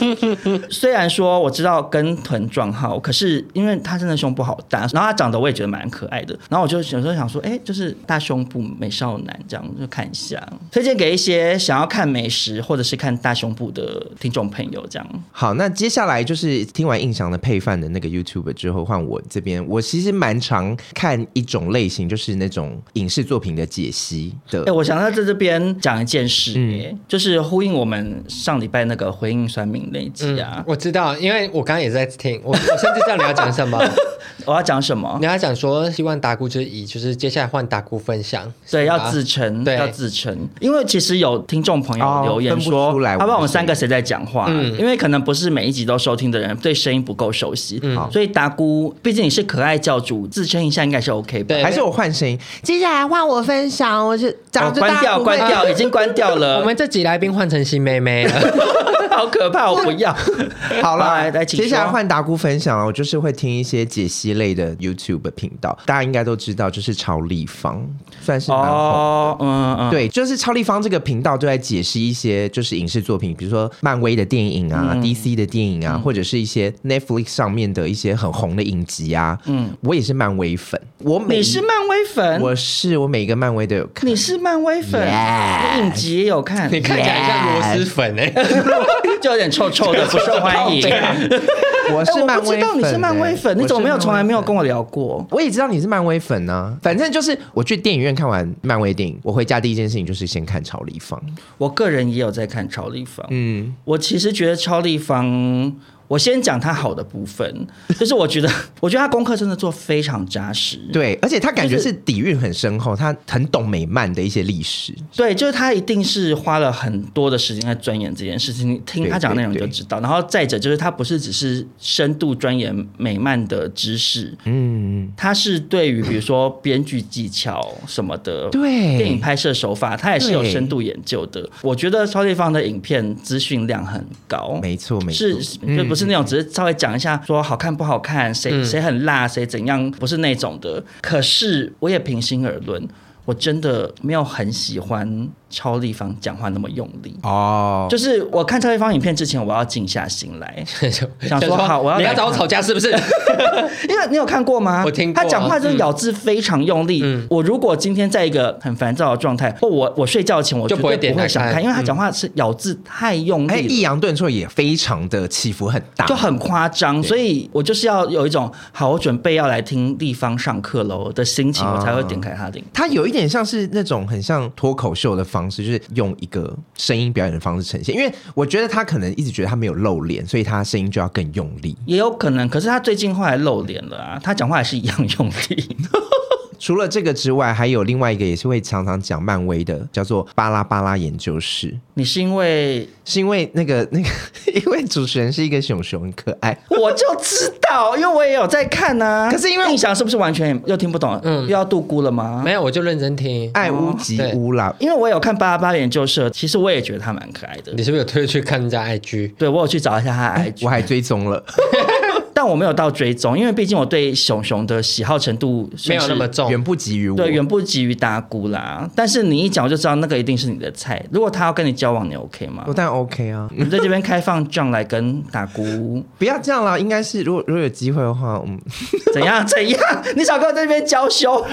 Speaker 4: 虽然说我知道跟臀撞号，可是因为他真的胸部好大，然后他长得我也觉得蛮可爱的，然后我就有时候想说，哎、就是大胸部美少男这样，就看一下，推荐给一些想要看美食或者是看大胸部的听众朋友这样。
Speaker 3: 好，那接下来就是听完印象的配饭的那个 YouTube 之后，换我这边，我其实蛮常看一种类型，就是那种影视作品的解析的。
Speaker 4: 哎、我想要在这边讲一件事、哎就是呼应我们上礼拜那个回应酸民那一集啊，
Speaker 5: 我知道，因为我刚刚也在听，我我甚至知道你要讲什么，
Speaker 4: 我要讲什么
Speaker 5: 你？要讲说希望达姑之以，就是接下来换达姑分享，
Speaker 4: 对，
Speaker 5: 是吧
Speaker 4: 要自称，
Speaker 5: 对
Speaker 4: 要自称，因为其实有听众朋友留
Speaker 3: 哦
Speaker 4: 言
Speaker 3: 分不
Speaker 4: 说，
Speaker 3: 出来
Speaker 4: 他问
Speaker 3: 我
Speaker 4: 我
Speaker 3: 们
Speaker 4: 们
Speaker 3: 是
Speaker 4: 三个谁在讲话、
Speaker 5: 嗯
Speaker 4: 因为可能不是每一集都收听的人对声音不够熟悉，
Speaker 3: 好
Speaker 4: 所以达姑，毕竟你是可爱教主，自称一下应该是 OK 吧
Speaker 5: 对？
Speaker 3: 还是我换声音，接下来换我分享，我是
Speaker 4: 哦
Speaker 3: 长着大
Speaker 4: 关
Speaker 3: 哎
Speaker 4: 掉，
Speaker 3: 胡子
Speaker 4: 关掉， 已经关掉了，
Speaker 5: 我们这集来宾换成新妹妹了，
Speaker 4: 好可怕，我不要。
Speaker 3: 好
Speaker 4: 来
Speaker 3: 了，
Speaker 4: 来，请
Speaker 3: 接下来
Speaker 4: 说
Speaker 3: 换达姑分享了。我就是会听一些解析类的 YouTube 频道，大家应该都知道，就是超立方算是蛮红。
Speaker 4: 哦，嗯嗯，
Speaker 3: 对，就是超立方这个频道就在解析一些就是影视作品，比如说漫威的电影啊、DC
Speaker 4: 嗯
Speaker 3: 的电影啊，或者是一些 Netflix 上面的一些很红的影集啊。嗯，我也是漫威粉，我每
Speaker 4: 你是漫威粉，
Speaker 3: 我是我每一个漫威都有看。
Speaker 4: 你是漫威粉
Speaker 3: Yes
Speaker 4: 你影集也有 看，
Speaker 5: 你看起来像螺蛳粉
Speaker 4: 欸
Speaker 5: 哎、
Speaker 4: 就有点臭臭的，不受欢 迎。
Speaker 3: 我
Speaker 4: 哎
Speaker 3: 是漫
Speaker 4: 我不
Speaker 3: 威
Speaker 4: 知道
Speaker 3: 粉、欸
Speaker 4: 你是漫威粉，你怎么没有从来没有跟
Speaker 3: 我是漫威粉？
Speaker 4: 我聊过？
Speaker 3: 我也知道你是漫威粉呢、反正就是我去电影院看完漫威电影，我回家第一件事情就是先看超立方。
Speaker 4: 我个人也有在看超立方，
Speaker 3: 嗯，
Speaker 4: 我其实觉得超立方，我先讲他好的部分，就是我觉得，我觉得他功课真的做非常扎实。
Speaker 3: 对，而且他感觉
Speaker 4: 就是
Speaker 3: 是底蕴很深厚，他很懂美漫的一些历史。
Speaker 4: 对，就是他一定是花了很多的时间在钻研这件事情。你听他讲的内容你就知道。然后再者就是，他不是只是深度钻研美漫的知识，
Speaker 3: 嗯，
Speaker 4: 他是对于比如说编剧技巧什么的，
Speaker 3: 对
Speaker 4: 电影拍摄手法，他也是有
Speaker 3: 对
Speaker 4: 深度研究的。我觉得超立方的影片资讯量很高，
Speaker 3: 没错，没错。
Speaker 4: 是，就不是那种只是稍微讲一下说好看不好看，谁、嗯谁很辣，谁怎样，不是那种的。可是我也平心而论，我真的没有很喜欢超立方讲话那么用力。
Speaker 3: 哦，
Speaker 4: 就是我看超立方影片之前，我要静下心 来，
Speaker 5: 想
Speaker 4: 想说好我要
Speaker 5: 你要
Speaker 4: 来
Speaker 5: 找我
Speaker 4: 看
Speaker 5: 吵架是不 是？
Speaker 4: 因为你有看过吗？
Speaker 5: 我听过啊嗯
Speaker 4: 他讲话就是咬字非常用力。我如果今天在一个很烦躁的状态，或我我睡觉前，我
Speaker 5: 就
Speaker 4: 绝
Speaker 5: 不会
Speaker 4: 对
Speaker 5: 点
Speaker 4: 不会
Speaker 5: 开
Speaker 4: 想
Speaker 5: 看嗯
Speaker 4: 看，因为他讲话是咬字太用
Speaker 3: 哎，
Speaker 4: 力了
Speaker 3: 抑。扬顿挫也非常的起伏很大，
Speaker 4: 就很夸张，所以我就是要有一种好，我准备要来听立方上课喽的心情，
Speaker 3: 啊
Speaker 4: 我才会点开他的
Speaker 5: 哦
Speaker 4: 影。
Speaker 3: 它有一点像是那种很像脱口秀的方式，就是用一个声音表演的方式呈现。因为我觉得他可能一直觉得他没有露脸，所以他声音就要更用力。
Speaker 4: 也有可能，可是他最近后来露脸了啊，他讲话还是一样用力。
Speaker 3: 除了这个之外，还有另外一个也是会常常讲漫威的，叫做巴拉巴拉研究室，
Speaker 4: 你是因为
Speaker 3: 是因为那个 那个，因为主持人是一个熊熊，很可爱。
Speaker 4: 我就知道，因为我也有在看呐、
Speaker 3: 可是因为
Speaker 4: 印象是不是完全又听不懂？
Speaker 5: 嗯
Speaker 4: 又要度孤了吗？
Speaker 5: 没有，我就认真听。
Speaker 3: 爱屋及乌啦，
Speaker 4: 因为我有看八八八研究社，其实我也觉得他蛮可爱的
Speaker 5: 你。是不是有推去看人家 IG？
Speaker 4: 对我有去找一下他
Speaker 5: 哎
Speaker 4: 的 IG，、
Speaker 3: 我还追踪了，
Speaker 4: 但我没有到追踪，因为毕竟我对熊熊的喜好程度
Speaker 5: 没有
Speaker 4: 算是
Speaker 5: 那么重，
Speaker 3: 远不及于我。
Speaker 4: 对，远不及于达姑啦。但是你一讲，我就知道那个一定是你的菜。如果他要跟你交往，你 OK 吗
Speaker 3: 我？当然 OK 啊，
Speaker 4: 我们在这边开放 John 来跟达姑，
Speaker 3: 不要这样啦。应该是如果如果有机会的话，嗯，
Speaker 4: 怎样 怎样？你少跟我在这边娇 羞，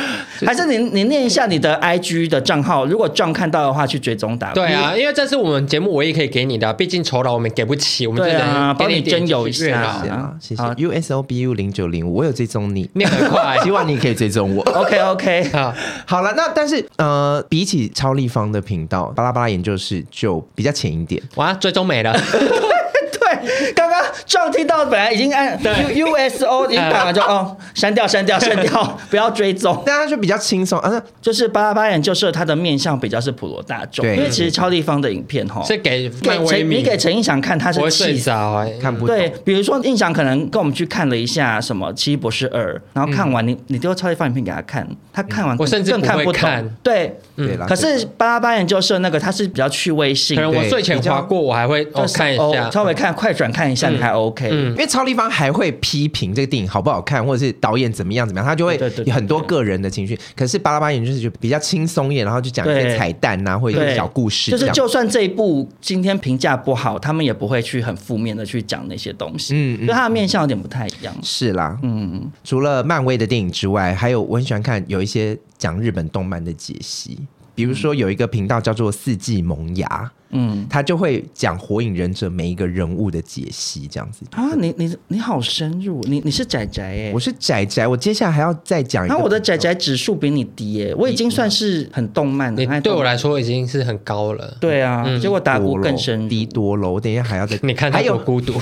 Speaker 4: 还是你你念一下你的 IG 的账号？如果 John 看到的话，去追踪达姑。
Speaker 5: 对啊，因为这是我们节目唯一可以给你的，毕竟酬劳我们给不起，我们就
Speaker 4: 对啊
Speaker 5: 能给
Speaker 4: 帮你
Speaker 5: 一点
Speaker 4: 征友一
Speaker 5: 月
Speaker 4: 下
Speaker 5: 老
Speaker 4: 好
Speaker 3: 谢啦
Speaker 4: 啊，
Speaker 3: 谢谢。
Speaker 4: 好
Speaker 3: USOBU 零九零五，我有追踪你，
Speaker 5: 你很快
Speaker 3: 希望你可以追踪我。
Speaker 4: ，OK OK，
Speaker 5: 啊，
Speaker 3: 好了，那但是呃，比起超立方的频道，巴拉巴拉研究室就比较浅一点。
Speaker 5: 哇，追踪没了，
Speaker 4: 对，刚刚 John 听到本来已经按 U USO 已经打完就
Speaker 5: 哎
Speaker 4: 哦，删掉删掉删掉， 不要追踪。
Speaker 3: 大家就比较轻松啊，那
Speaker 4: 就是巴拉巴研究社，它的面向比较是普罗大众，
Speaker 3: 对
Speaker 4: 因为其实超立方的影片哈，
Speaker 5: 是给
Speaker 4: 哦给
Speaker 5: 漫威
Speaker 4: 陈
Speaker 5: 迷，
Speaker 4: 你给陈映响看，他是
Speaker 5: 我会睡
Speaker 4: 气死。
Speaker 5: 着哎，
Speaker 3: 看不懂。
Speaker 4: 对，比如说映响可能跟我们去看了一下什么《奇异博士二》，然后看完、你你丢超立方影片给他看，他看完
Speaker 5: 嗯我甚至
Speaker 4: 更看
Speaker 5: 不会
Speaker 4: 不懂。
Speaker 5: 看
Speaker 4: 对，
Speaker 3: 对啦
Speaker 4: 可是巴拉巴研究社那个它是比较趣味性
Speaker 5: 可能
Speaker 4: 的，
Speaker 5: 我睡前划过，我还会哦
Speaker 4: 就是
Speaker 5: 看一
Speaker 4: 哦
Speaker 5: 下，
Speaker 4: 稍微看快转看一下，你还 OK。
Speaker 5: 嗯
Speaker 3: 因为超立方还会批评这个电影好不好看，或者是导演怎么样怎么样，他就会
Speaker 4: 对对对对
Speaker 3: 有很多个人的情绪。可是巴拉巴研究室就比较轻松一点，然后就讲一些
Speaker 4: 对
Speaker 3: 彩蛋呐、或者一些
Speaker 4: 对
Speaker 3: 小故事
Speaker 4: 就
Speaker 3: 这
Speaker 4: 是
Speaker 3: 样。
Speaker 4: 就算这一部今天评价不好，他们也不会去很负面的去讲那些东西，
Speaker 3: 嗯
Speaker 4: 嗯，
Speaker 3: 嗯
Speaker 4: 因为它的面向有点不太一样。
Speaker 3: 是啦，嗯，除了漫威的电影之外，还有我很喜欢看有一些讲日本动漫的解析，比如说有一个频道叫做《四季萌芽》，
Speaker 4: 嗯
Speaker 3: 他就会讲《火影忍者》每一个人物的解析，这样子。
Speaker 4: 啊，你你你好深入，你你是仔仔哎、
Speaker 3: 我是仔仔，我接下来还要再讲一个。
Speaker 4: 然后我的仔仔指数比你低耶、我已经算是很动漫的，
Speaker 5: 你
Speaker 4: 很爱
Speaker 5: 对
Speaker 4: 动
Speaker 5: 我
Speaker 4: 漫
Speaker 5: 来说已经是很高了，
Speaker 4: 对啊，结果打鼓
Speaker 3: 多咯
Speaker 4: 更深入
Speaker 3: 低多了，我等一下还要再。
Speaker 5: 你看他
Speaker 3: 还
Speaker 5: 多
Speaker 3: 有
Speaker 5: 孤独，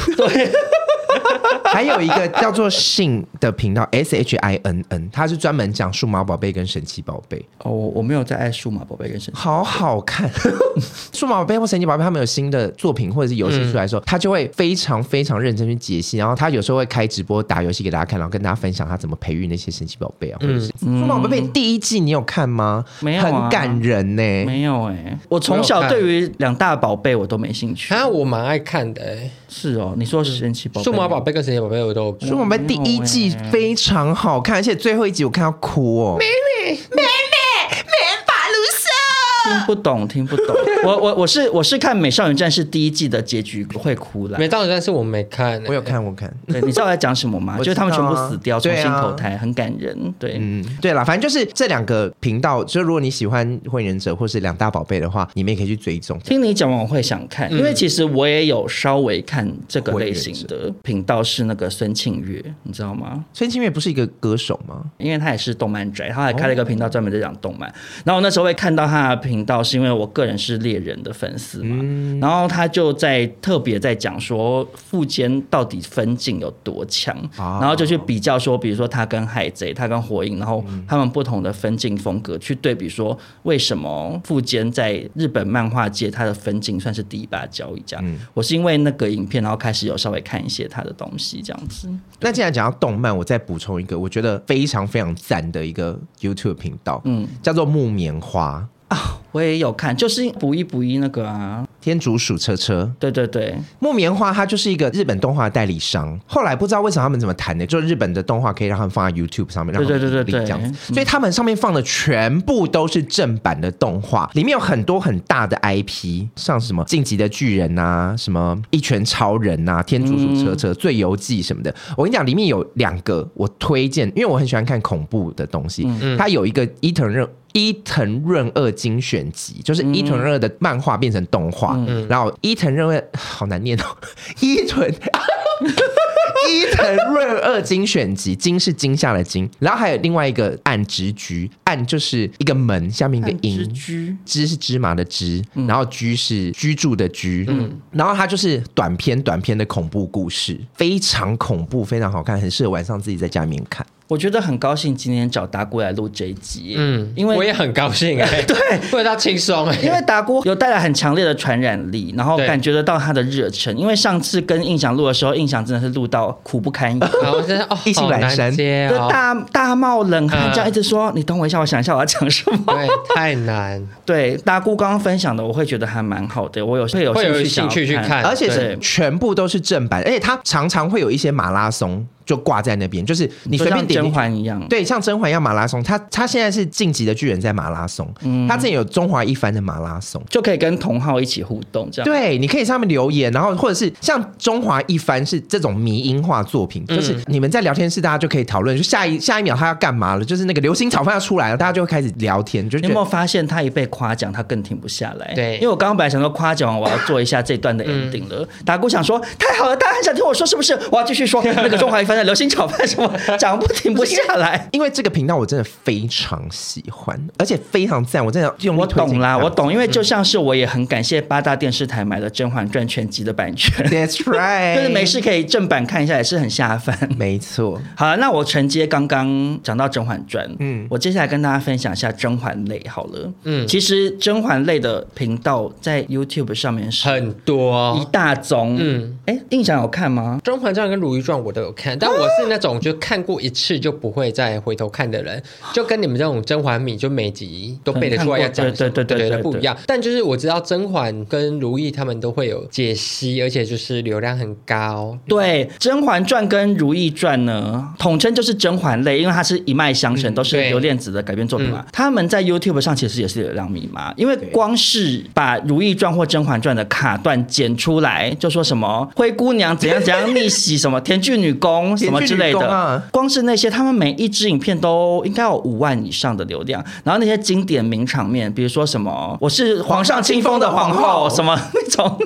Speaker 3: 还有一个叫做信的频道 S H I N N，它是专门讲数码宝贝跟神奇宝贝，
Speaker 4: 哦，我我没有在爱数码宝贝跟神奇，
Speaker 3: 好好看。 数码宝贝或神奇宝贝，他们有新的作品或者是游戏出来的时候，他就会非常非常认真去解析，然后他有时候会开直播打游戏给大家看，然后跟大家分享他怎么培育那些神奇宝贝啊，或者
Speaker 4: 嗯
Speaker 3: 是数码宝贝第一季你有看吗？
Speaker 4: 没有啊
Speaker 3: 很感人呢、
Speaker 4: 没有哎、我从
Speaker 5: 我
Speaker 4: 小
Speaker 5: 有看
Speaker 4: 对于两大宝贝我都没兴趣。
Speaker 5: 啊，我蛮爱看的哎，
Speaker 4: 是哦，你说神奇宝贝，
Speaker 5: 数码宝贝跟神奇宝贝我都
Speaker 4: 啊
Speaker 5: 有
Speaker 3: 数码宝贝第一季非常好看，而且最后一集我看到哭哦。
Speaker 4: 听不懂，听不 懂。我我我是我是看《美少女战士》第一季的结局会哭啦。
Speaker 5: 美少女战士我没看，哎
Speaker 3: 我有，看，我有看。
Speaker 4: 对，你知道我在讲什么吗？
Speaker 3: 我
Speaker 4: 就是他们
Speaker 3: 知
Speaker 4: 全
Speaker 3: 道啊
Speaker 4: 部死掉，重
Speaker 3: 对啊
Speaker 4: 新投胎，很感人。对，
Speaker 3: 嗯，对啦，反正就是这两个频道，就如果你喜欢《火影忍者》或是两大宝贝的话，你们也可以去追踪。
Speaker 4: 听你讲完我会想看，
Speaker 3: 嗯
Speaker 4: 因为其实我也有稍微看这个类型的频道，是那个孙庆月，你知道吗？
Speaker 3: 孙清月不是一个歌手吗？
Speaker 4: 因为他也是动漫宅，他还开了一个频道专门在讲动漫。然后我那时候会看到他的频道，是因为我个人是猎人的粉丝嘛。然后他就在特别在讲说富坚到底分镜有多强，
Speaker 3: 啊
Speaker 4: 然后就去比较说，比如说他跟海贼，他跟火影，然后他们不同的分镜风格去对比说，为什么富坚在日本漫画界他的分镜算是第一把交椅这样。我是因为那个影片，然后开始有稍微看一些他的东西这样子。
Speaker 3: 那既然讲到动漫，我再补充一个，我觉得非常非常赞的一个 YouTube 频道，嗯，叫做木棉花
Speaker 4: 啊我也有看，就是补一补一那个啊，
Speaker 3: 天竺鼠车车。
Speaker 4: 对对对，
Speaker 3: 木棉花它就是一个日本动画代理商，后来不知道为什么他们怎么谈的，就是日本的动画可以让他们放在 YouTube 上面，让他
Speaker 4: 对
Speaker 3: 们
Speaker 4: 对对
Speaker 3: 盈利
Speaker 4: 对
Speaker 3: 这样子，
Speaker 4: 嗯
Speaker 3: 所以他们上面放的全部都是正版的动画，里面有很多很大的 IP，像什么《晋级的巨人》啊，什么《一拳超人》啊，《天竺鼠车车》醉游记》什么的。我跟你讲，里面有两个我推荐，因为我很喜欢看恐怖的东西，它有一个伊藤润。伊藤润二精选集，就是伊藤润二的漫画变成动画，然后伊藤润二好难念哦， 伊藤伊藤润二精选集，惊是惊吓的惊，然后还有另外一个暗直局，暗就是一个门下面一个
Speaker 4: 蜘
Speaker 3: 音，
Speaker 4: 蛛
Speaker 3: 芝是芝麻的芝，
Speaker 4: 嗯
Speaker 3: 然后居是居住的居，嗯，然后它就是短篇短篇的恐怖故事，非常恐怖，非常好看，很适合晚上自己在家里面看。
Speaker 4: 我觉得很高兴今天找达姑来录这一集，
Speaker 5: 嗯，
Speaker 4: 因为
Speaker 5: 我也很高兴 哎、对，不知道轻松哎，
Speaker 4: 因为达姑有带来很强烈的传染力，然后
Speaker 5: 对
Speaker 4: 感觉得到她的热忱。因为上次跟印象录的时候，印象真的是录到苦不堪 言。
Speaker 5: 然后真是哦，
Speaker 3: 意兴
Speaker 5: 好
Speaker 3: 阑
Speaker 5: 难
Speaker 3: 珊
Speaker 5: 接
Speaker 4: 就
Speaker 5: 哦，
Speaker 4: 大大冒冷汗，
Speaker 5: 嗯
Speaker 4: 这样一直说，你等我一下，我想一下我要讲什么。
Speaker 5: 对，太难，
Speaker 4: 对，大姑刚刚分享的，我会觉得还蛮好的，我有会有
Speaker 5: 会有
Speaker 4: 想
Speaker 5: 兴
Speaker 4: 要
Speaker 5: 趣去看，
Speaker 3: 而且是
Speaker 5: 对
Speaker 3: 全部都是正版，而且它常常会有一些马拉松就挂在那边，就是你
Speaker 4: 就
Speaker 3: 随便
Speaker 4: 像
Speaker 3: 点
Speaker 4: 甄
Speaker 3: 进去
Speaker 4: 嬛一样，
Speaker 3: 对，像甄嬛一样马拉松，他他现在是晋级的巨人在马拉松，
Speaker 4: 嗯
Speaker 3: 他之前有中华一番的马拉松。
Speaker 4: 就可以跟同号一起互动，这样。
Speaker 3: 对，你可以上面留言，然后或者是像中华一番是这种迷音化作品，
Speaker 4: 嗯
Speaker 3: 就是你们在聊天室大家就可以讨论，就下一下一秒他要干嘛了，就是那个流星炒饭要出来了，大家就会开始聊天，就
Speaker 4: 你
Speaker 3: 觉
Speaker 4: 有没有
Speaker 3: 得
Speaker 4: 发现他一被夸奖，他更停不下来？
Speaker 5: 对
Speaker 4: 因为我刚刚本来想说夸奖完我要做一下这段的 ending 了，达姑想说太好了，大家很想听我说是不是？我要继 续说那个中华一番的流星炒饭什么讲不停不下 来。
Speaker 3: 因为这个频道我真的非常喜欢，而且非常赞，我真的用力
Speaker 4: 我
Speaker 3: 推荐
Speaker 4: 懂啦，
Speaker 3: 它
Speaker 4: 我。懂，因为就像是我也很感谢八大电视台买了《甄嬛传》全集的版权，
Speaker 3: That's right，
Speaker 4: 就是没，事可以正版看一下，也是很下饭。
Speaker 3: 没错，
Speaker 4: 好了，那我承接刚刚讲到《甄嬛传》，
Speaker 3: 嗯
Speaker 4: 嗯，我接下来跟大家分享一下《甄嬛类》好了，嗯，其实《甄嬛类》的频道在 YouTube 上面是
Speaker 5: 很
Speaker 4: 一
Speaker 5: 多。
Speaker 4: 大宗，嗯
Speaker 5: 哦嗯，
Speaker 4: 哎，印象有看吗？
Speaker 5: 《甄嬛传》跟《如懿传》我都有看，但我是那种就看过一次就不会再回头看的人，就跟你们这种甄嬛迷，就每集都背得出来要讲什
Speaker 4: 对
Speaker 5: 么，
Speaker 4: 对对对对
Speaker 5: 对不一样。但就是我知道甄嬛跟如懿他们都会有解析，而且就是流量很高。
Speaker 4: 对，《甄嬛传》跟《如懿传》呢，统称就是《甄嬛类》，因为它是一脉相承，都是
Speaker 5: 对
Speaker 4: 刘恋子的改编作品嘛。他们在 YouTube 上其实也是流量密码，因为光是把《如懿传》或《甄嬛传》的卡段剪出来，就说什么灰姑娘怎样怎样逆袭，什么甜剧女工什么之类
Speaker 3: 甜剧女
Speaker 4: 的，
Speaker 3: 工啊
Speaker 4: 光是那些他们每一支影片都应该有五万以上的流量。然后那些经典名场面，比如说什么我是皇上清风的皇后，
Speaker 3: 皇后
Speaker 4: 什么那种。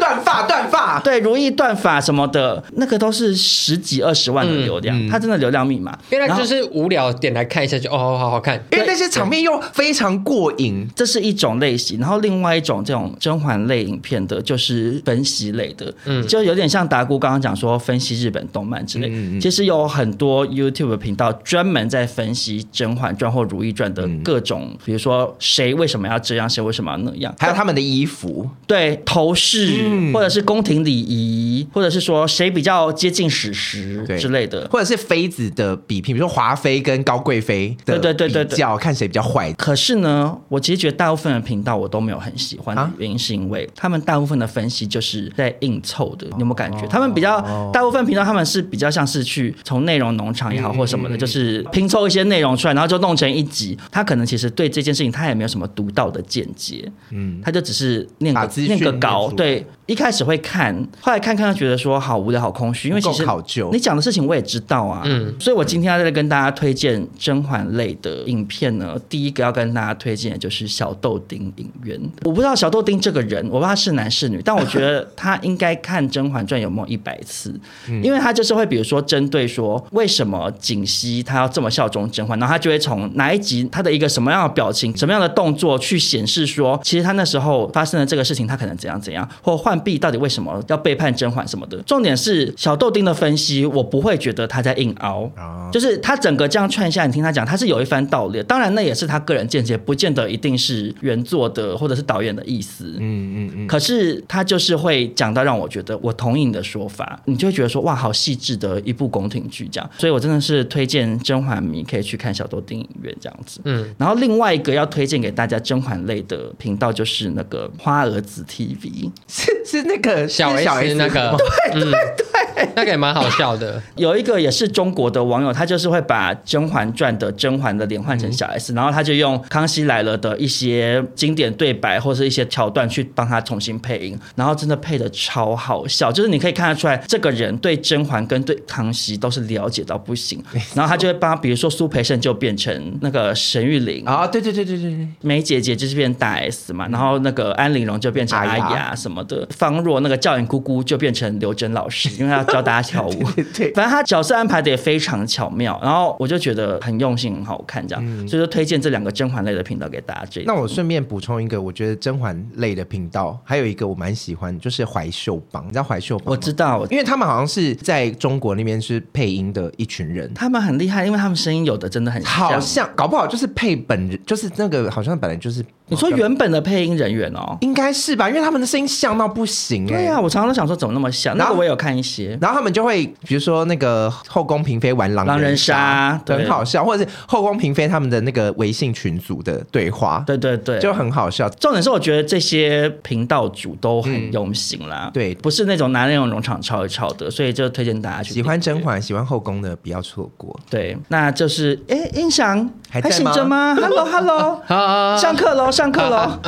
Speaker 3: 断发断发，
Speaker 4: 对，如意断法什么的，那个都是十几二十万的流量，
Speaker 3: 嗯
Speaker 4: 它真的流量密码。
Speaker 5: 嗯原来
Speaker 4: 然后
Speaker 5: 就是无聊点来看一下就哦，好好好看。
Speaker 3: 因为那些场面又非常过瘾，
Speaker 4: 这是一种类型，然后另外一种这种甄嬛类影片的，就是分析类的，嗯，就有点像达姑刚刚讲说分析日本动漫之
Speaker 3: 嗯
Speaker 4: 类。其实有很多 YouTube 频道专门在分析《甄嬛传》或《如懿传》
Speaker 3: 嗯
Speaker 4: 的各种，比如说谁为什么要这样，谁为什么要那样，
Speaker 3: 还有嗯他们的衣服，
Speaker 4: 对头饰，或者是宫廷礼仪，或者是说谁比较接近史实
Speaker 3: 对
Speaker 4: 之类的。
Speaker 3: 或者是妃子的比拼，比如说华妃跟高贵妃
Speaker 4: 对
Speaker 3: 的
Speaker 4: 对对对对
Speaker 3: 比较，看谁比较坏。
Speaker 4: 可是呢，我其实觉得大部分的频道我都没有很喜欢的
Speaker 3: 啊
Speaker 4: 原因，是因为他们大部分的分析就是在硬凑
Speaker 3: 哦
Speaker 4: 的，你有没有感觉？他们比较大部分频道他们是比较像是去从内容农场也好或什
Speaker 3: 嗯
Speaker 4: 么的，就是拼凑一些内容出来，然后就弄成一集。他可能其实对这件事情他也没有什么独到的见解，嗯，他就只是念
Speaker 3: 把
Speaker 4: 个
Speaker 3: 资讯
Speaker 4: 念个
Speaker 3: 念
Speaker 4: 稿，
Speaker 3: 出来
Speaker 4: 对。一开始会看，后来看看就觉得说好无聊、好空虚，因为其
Speaker 3: 不
Speaker 4: 实
Speaker 3: 够考究
Speaker 4: 你讲的事情我也知道啊，嗯，所以我今天要再跟大家推荐甄嬛类的影片呢，第一个要跟大家推荐的就是小豆丁影院。我不知道小豆丁这个人，我不知道他是男是女，但我觉得他应该看《甄嬛传》有没有一百次，因为他就是会比如说针对说为什么槿汐她要这么效忠甄嬛，然后他就会从哪一集她的一个什么样的表情、什么样的动作去显示说，其实她那时候发生了这个事情，她可能怎样怎样，或浣碧到底为什么要背叛甄嬛什么的。重点是小豆丁的分析，我不会觉得他在硬凹，就是他整个这样串下，你听他讲，他是有一番道理的。当然，那也是他个人见解，不见得一定是原作的或者是导演的意思。
Speaker 3: 嗯嗯嗯，
Speaker 4: 可是他就是会讲到让我觉得我同意你的说法，你就会觉得说哇，好细致的一部宫廷剧这样，所以我真的是推荐甄嬛迷可以去看小豆丁影院这样子。嗯，然后另外一个要推荐给大家甄嬛类的频道就是那个花儿子 TV，
Speaker 3: 是是那个
Speaker 5: 小
Speaker 3: 是
Speaker 5: S 那 个，对对对，那个也蛮好笑的。
Speaker 4: 有一个也是中国的网友，他就是会把《甄嬛传》的甄嬛的脸换成小 S，、然后他
Speaker 3: 嗯
Speaker 4: 就用《康熙来了》的一些经典对白或是一些桥段去帮他重新配音，然后真的配的超好笑，就是你可以看得出来，这个人对甄嬛跟对康熙都是了解到不 行，然后他就会帮，比如说苏培盛就变成那个沈玉琳，
Speaker 3: 啊，对对对对对对，
Speaker 4: 梅姐姐就是变大 S 嘛，然后那个安陵容就变成阿
Speaker 3: 阿
Speaker 4: 雅
Speaker 3: 雅
Speaker 4: 什么的，方若那个教演姑姑就变成刘真老师，因为她要教大家跳舞。
Speaker 3: 对对
Speaker 4: 反正她角色安排的也非常巧妙，然后我就觉得很用心，很好看这样，所以就推荐这两个甄嬛类的频道给大家追。
Speaker 3: 嗯那我顺便补充一个，我觉得甄嬛类的频道还有一个我蛮喜欢，就是怀秀帮，你知道怀秀帮吗
Speaker 4: 我知道，
Speaker 3: 因为他们好像是在中国那边是配音的一群人，
Speaker 4: 他们很厉害，因为他们声音有的真的很
Speaker 3: 好
Speaker 4: 像。
Speaker 3: 像搞不好就是配本人，就是那个好像本来就是
Speaker 4: 你说原本的配音人员哦？
Speaker 3: 应该是吧，因为他们的声音像到不行、欸，
Speaker 4: 对啊，我常常都想说怎么那么像。那
Speaker 3: 然
Speaker 4: 个
Speaker 3: 后
Speaker 4: 我也有看一些，
Speaker 3: 然后他们就会，比如说那个后宫嫔妃玩狼
Speaker 4: 狼人
Speaker 3: 杀
Speaker 4: 杀，对
Speaker 3: 很好笑，或者是后宫嫔妃他们的那个微信群组的对话，
Speaker 4: 对对对，
Speaker 3: 就很好笑。
Speaker 4: 重点是，我觉得这些频道主都很用心啦，
Speaker 3: 对
Speaker 4: 不是那种拿那种冗长抄一抄的，所以就推荐大家去
Speaker 3: 喜欢
Speaker 4: 订阅
Speaker 3: 甄。嬛、喜欢后宫的不要错过。
Speaker 4: 对，那就是哎，音响
Speaker 3: 还在
Speaker 4: 还
Speaker 3: 吗
Speaker 4: 醒着吗？Hello Hello，
Speaker 5: 好好好
Speaker 4: 上课喽，上课喽。
Speaker 5: 啊，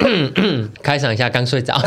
Speaker 5: 嗯咳咳开场一下，刚睡着。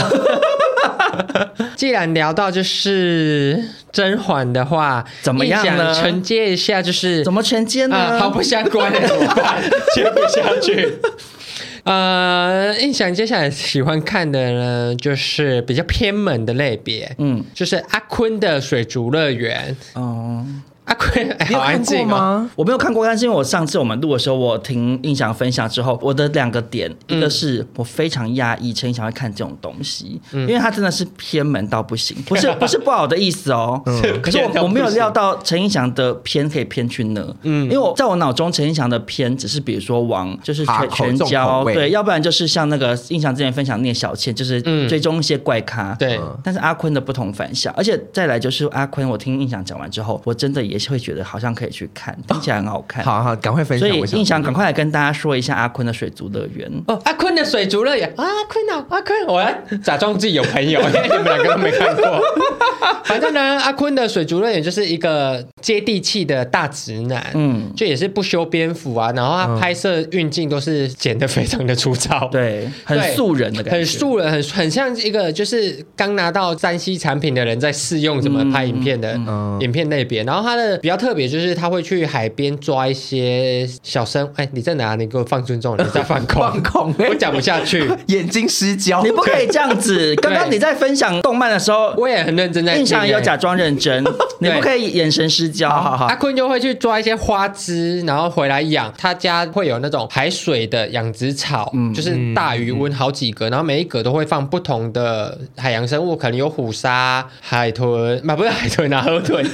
Speaker 5: 既然聊到就是甄嬛的话，
Speaker 4: 怎么样呢
Speaker 5: 一讲承接一下就是
Speaker 4: 怎么承接
Speaker 5: 啊，
Speaker 4: 呢？
Speaker 5: 毫不相关的怎么办？接不下去。 呃，印象接下来喜欢看的呢，就是比较偏门的类别，
Speaker 4: 嗯
Speaker 5: 就是阿坤的水族乐园。
Speaker 4: 哦，
Speaker 5: 阿坤，哎、
Speaker 3: 你有
Speaker 5: 好安
Speaker 3: 看过
Speaker 5: 静哦。
Speaker 3: 吗？
Speaker 4: 我没有看过，但是因为我上次我们录的时候，我听印象分享之后，我的两个点，
Speaker 5: 嗯
Speaker 4: 一个是我非常压抑陈印象会看这种东西，
Speaker 5: 嗯
Speaker 4: 因为他真的是偏门到不行，不是不是不好的意思哦，可
Speaker 5: 嗯
Speaker 4: 是
Speaker 5: 偏到
Speaker 4: 我我
Speaker 5: 不
Speaker 4: 没有
Speaker 5: 行
Speaker 4: 料到陈映祥的偏可以偏去那，嗯，因为我在我脑中陈映祥的偏只是比如说往就是
Speaker 3: 哈
Speaker 4: 全
Speaker 3: 口
Speaker 4: 全
Speaker 3: 重
Speaker 4: 交
Speaker 3: 口味
Speaker 4: 对，要不然就是像那个印象之前分享聂小倩，就是
Speaker 5: 嗯
Speaker 4: 追踪一些怪咖，
Speaker 5: 对，
Speaker 3: 嗯
Speaker 4: 但是阿坤的不同凡响，而且再来就是阿坤，我听印象讲完之后，我真的也是会觉得好像可以去看，听起来很好看。
Speaker 3: 好好，赶快分
Speaker 4: 所
Speaker 3: 享。
Speaker 4: 以
Speaker 3: 我
Speaker 4: 印象赶快来跟大家说一下阿坤的水族乐园。
Speaker 5: 哦，阿坤的水族乐园啊，阿坤啊，阿坤，我要假装自己有朋 友，因为你们两个都没看过。 反正呢，阿坤的水族乐园就是一个接地气的大直男，
Speaker 4: 嗯
Speaker 5: 嗯，就也是不修边幅啊，然后他拍摄运镜都是剪得非常的粗糙，
Speaker 4: 对，很
Speaker 5: 对
Speaker 4: 素人的感觉，
Speaker 5: 很素人，很很像一个就是刚拿到山西产品的人在试用怎么拍影片的
Speaker 3: 嗯
Speaker 5: 影片类别。然后他的比较特别就是他会去海边抓一些小生，哎，你在哪？你给我放尊重，你在放空，
Speaker 3: 放空欸
Speaker 5: 我讲不下去。
Speaker 3: 眼睛失焦，
Speaker 4: 你不可以这样 子。刚刚你在分享动漫的时候，
Speaker 5: 我也很认真在
Speaker 4: 印
Speaker 5: 听
Speaker 4: 象
Speaker 5: 欸
Speaker 4: 有假装认真，你不可以眼神失焦。
Speaker 3: 好好好
Speaker 5: 阿坤就会去抓一些花枝，然后回来养。他家会有那种海水的养殖草，就是大鱼温好几个，然后每一格都会放不同的海洋生物，可能有虎鲨、海豚，嘛不是海豚啊，河豚，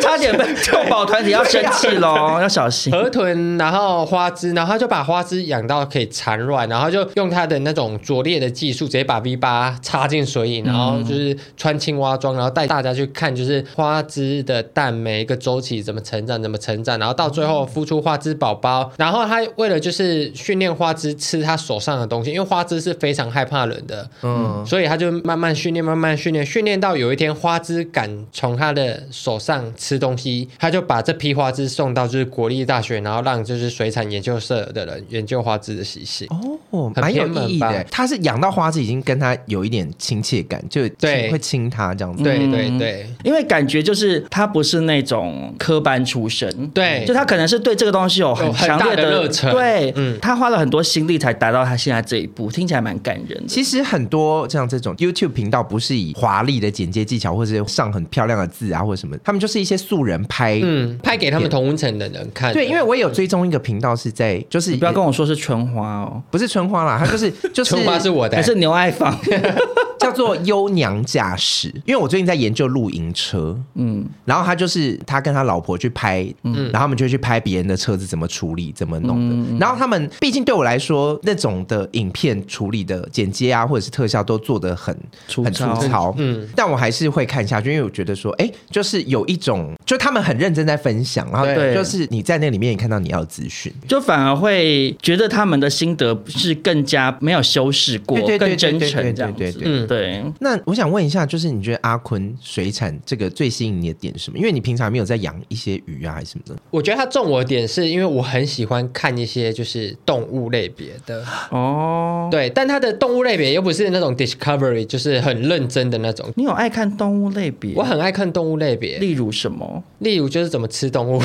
Speaker 4: 差点被 动保团体要生气喽，要小心。
Speaker 5: 河豚，然后花枝，然后他就把花枝养到可以产卵，然后就用他的那种拙劣的技术，直接把 V 八插进水里，然后就是穿青蛙装，然后带大家去看，就是花枝的蛋每一个周期怎么成长，怎么成长，然后到最后孵出花枝宝宝。然后他为了就是训练花枝吃他手上的东西，因为花枝是非常害怕人的，
Speaker 3: 嗯，
Speaker 5: 所以他就慢慢训练，慢慢训练，训练到有一天花枝敢从他的手上吃东西，他就把这批花枝送到就是国立大学，然后让就是水产研究社的人研究花枝的习性。
Speaker 3: 哦，蛮有意义
Speaker 5: 很偏
Speaker 3: 的
Speaker 5: 门。
Speaker 3: 他是养到花枝，已经跟他有一点亲切感，就
Speaker 5: 对
Speaker 3: 会亲他这样子。嗯
Speaker 5: 对对对，
Speaker 4: 因为感觉就是他不是那种科班出身，
Speaker 5: 对
Speaker 4: 就他可能是对这个东西有很
Speaker 5: 有很
Speaker 4: 强烈
Speaker 5: 大的热忱
Speaker 4: 对，
Speaker 5: 嗯
Speaker 4: 他花了很多心力才达到他现在这一步，听起来蛮感人的。
Speaker 3: 其实很多像这种 YouTube 频道，不是以华丽的剪接技巧，或者是上很漂亮的字啊，或者什么，他们就是一些素人拍。
Speaker 5: 嗯，拍给他们同温层的人看。
Speaker 3: 对，因为我有追踪一个频道是在，就是
Speaker 4: 你不要跟我说是春花哦，
Speaker 3: 不是春花啦，它就是就是
Speaker 5: 春花是我的、
Speaker 4: 还是牛爱芳？
Speaker 3: 叫做优娘驾驶，因为我最近在研究露营车，嗯，然后他就是他跟他老婆去拍，嗯，然后他们就去拍别人的车子怎么处理、怎么弄
Speaker 4: 嗯
Speaker 3: 的。然后他们毕竟对我来说，那种的影片处理的剪接啊，或者是特效都做得很
Speaker 4: 粗
Speaker 3: 很粗
Speaker 4: 糙
Speaker 3: 糙，嗯
Speaker 5: 嗯，
Speaker 3: 但我还是会看下去，因为我觉得说，哎，就是有一种，就他们很认真在分享，然后
Speaker 4: 对
Speaker 3: 就是你在那里面也看到你要的资讯，
Speaker 4: 就反而会觉得他们的心得是更加没有修饰过，
Speaker 3: 对对对
Speaker 4: 更真
Speaker 3: 对对
Speaker 4: 诚
Speaker 3: 对
Speaker 4: 这样子
Speaker 3: 对对。
Speaker 5: 对
Speaker 4: 对，嗯
Speaker 3: 那我想问一下，就是你觉得阿坤水产这个最吸引你的点是什么？因为你平常没有在养一些鱼啊，还是什么的。
Speaker 5: 我觉得他中我的点是因为我很喜欢看一些就是动物类别的，
Speaker 4: 哦，
Speaker 5: 对，但他的动物类别又不是那种 Discovery，就是很认真的那种。
Speaker 4: 你有爱看动物类别？
Speaker 5: 我很爱看动物类别，
Speaker 4: 例如什么？
Speaker 5: 例如就是怎么吃动物，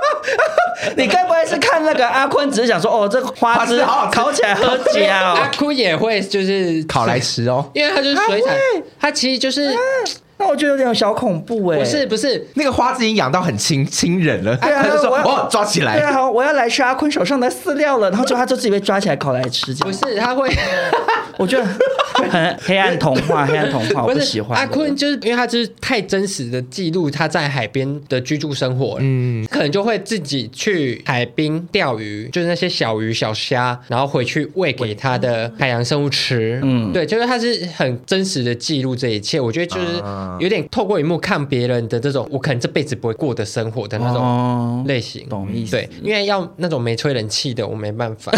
Speaker 4: 你该不会是看那个阿坤，只是想说哦，这花枝烤起来喝起来
Speaker 5: 阿
Speaker 4: 哦？
Speaker 5: 哭也会就是
Speaker 3: 烤来，吃哦。
Speaker 5: 因为它就是水产，它其实就是。
Speaker 4: 那我觉得有点小恐怖哎、
Speaker 5: 不是不是，
Speaker 3: 那个花枝已经养到很亲亲人了，
Speaker 4: 对啊
Speaker 3: 他就说
Speaker 4: 我要
Speaker 3: 哦抓起
Speaker 4: 对啊，
Speaker 3: 来，
Speaker 4: 好，我要来吃阿坤手上的饲料了，然后就他就自己被抓起来烤来吃，这
Speaker 5: 不
Speaker 4: 样
Speaker 5: 是他会，
Speaker 4: 我觉得很黑暗童话，黑暗童话，我
Speaker 5: 不
Speaker 4: 不
Speaker 5: 是
Speaker 4: 喜欢。
Speaker 5: 阿坤，，就是因为他就是太真实的记录他在海边的居住生活，嗯，可能就会自己去海滨钓鱼，就是那些小鱼小虾，然后回去喂给他的海洋生物吃，嗯，对，就是他是很真实的记录这一切。我觉得就是
Speaker 3: 啊
Speaker 5: 有点透过荧幕看别人的这种，我可能这辈子不会过的生活的那
Speaker 4: 哦
Speaker 5: 种类型，
Speaker 4: 懂意思
Speaker 5: 对，因为要那种没吹冷气的，我没办 法。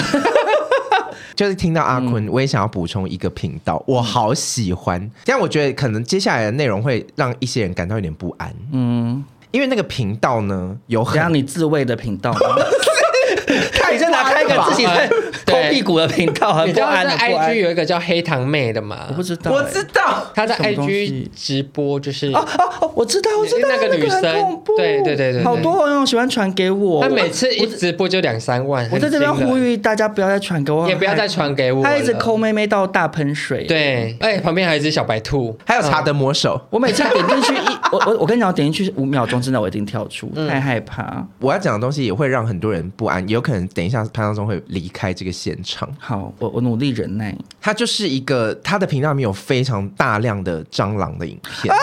Speaker 3: 就是听到阿坤，我也想要补充一个频道，我好喜欢，但我觉得可能接下来的内容会让一些人感到有点不安，
Speaker 4: 嗯，
Speaker 3: 因为那个频道呢有
Speaker 4: 等一
Speaker 3: 很
Speaker 4: 下你自慰的频道吗，
Speaker 3: 看
Speaker 4: 你再拿开一个自己在抠屁股的频道，很
Speaker 5: 你
Speaker 4: 不
Speaker 5: 知道
Speaker 4: 安
Speaker 5: 在
Speaker 4: 的不
Speaker 5: IG
Speaker 4: 安。
Speaker 5: 有一个叫黑糖妹的嘛？
Speaker 4: 我不知道、
Speaker 3: 我
Speaker 4: 哎
Speaker 3: 知道。
Speaker 5: 他在
Speaker 4: 什么东
Speaker 5: IG
Speaker 4: 西
Speaker 5: 直播，就是
Speaker 4: 哦哦哦，我知道，我知道
Speaker 5: 那个女生
Speaker 4: 很恐怖
Speaker 5: 对对对对
Speaker 4: 好多网友喜欢传给哦我。
Speaker 5: 他每次一直播就两三万。
Speaker 4: 我在这边呼，吁大家不要再传给我，
Speaker 5: 也不要再传给我了
Speaker 4: 他一直抠妹妹到大喷水。，
Speaker 5: 对，哎，旁边还有一只小白兔，
Speaker 3: 还有茶的魔手，
Speaker 4: 我每次点进去一， 我我我跟你讲，我点进去五秒钟，真的我一定跳出，太害怕。
Speaker 3: 我要讲的东西也会让很多人不安，有可能等一下潘少忠会离开这个现场。
Speaker 4: 好，我我努力忍耐。
Speaker 3: 它就是一个，它的频道里面有非常大量的蟑螂的影片。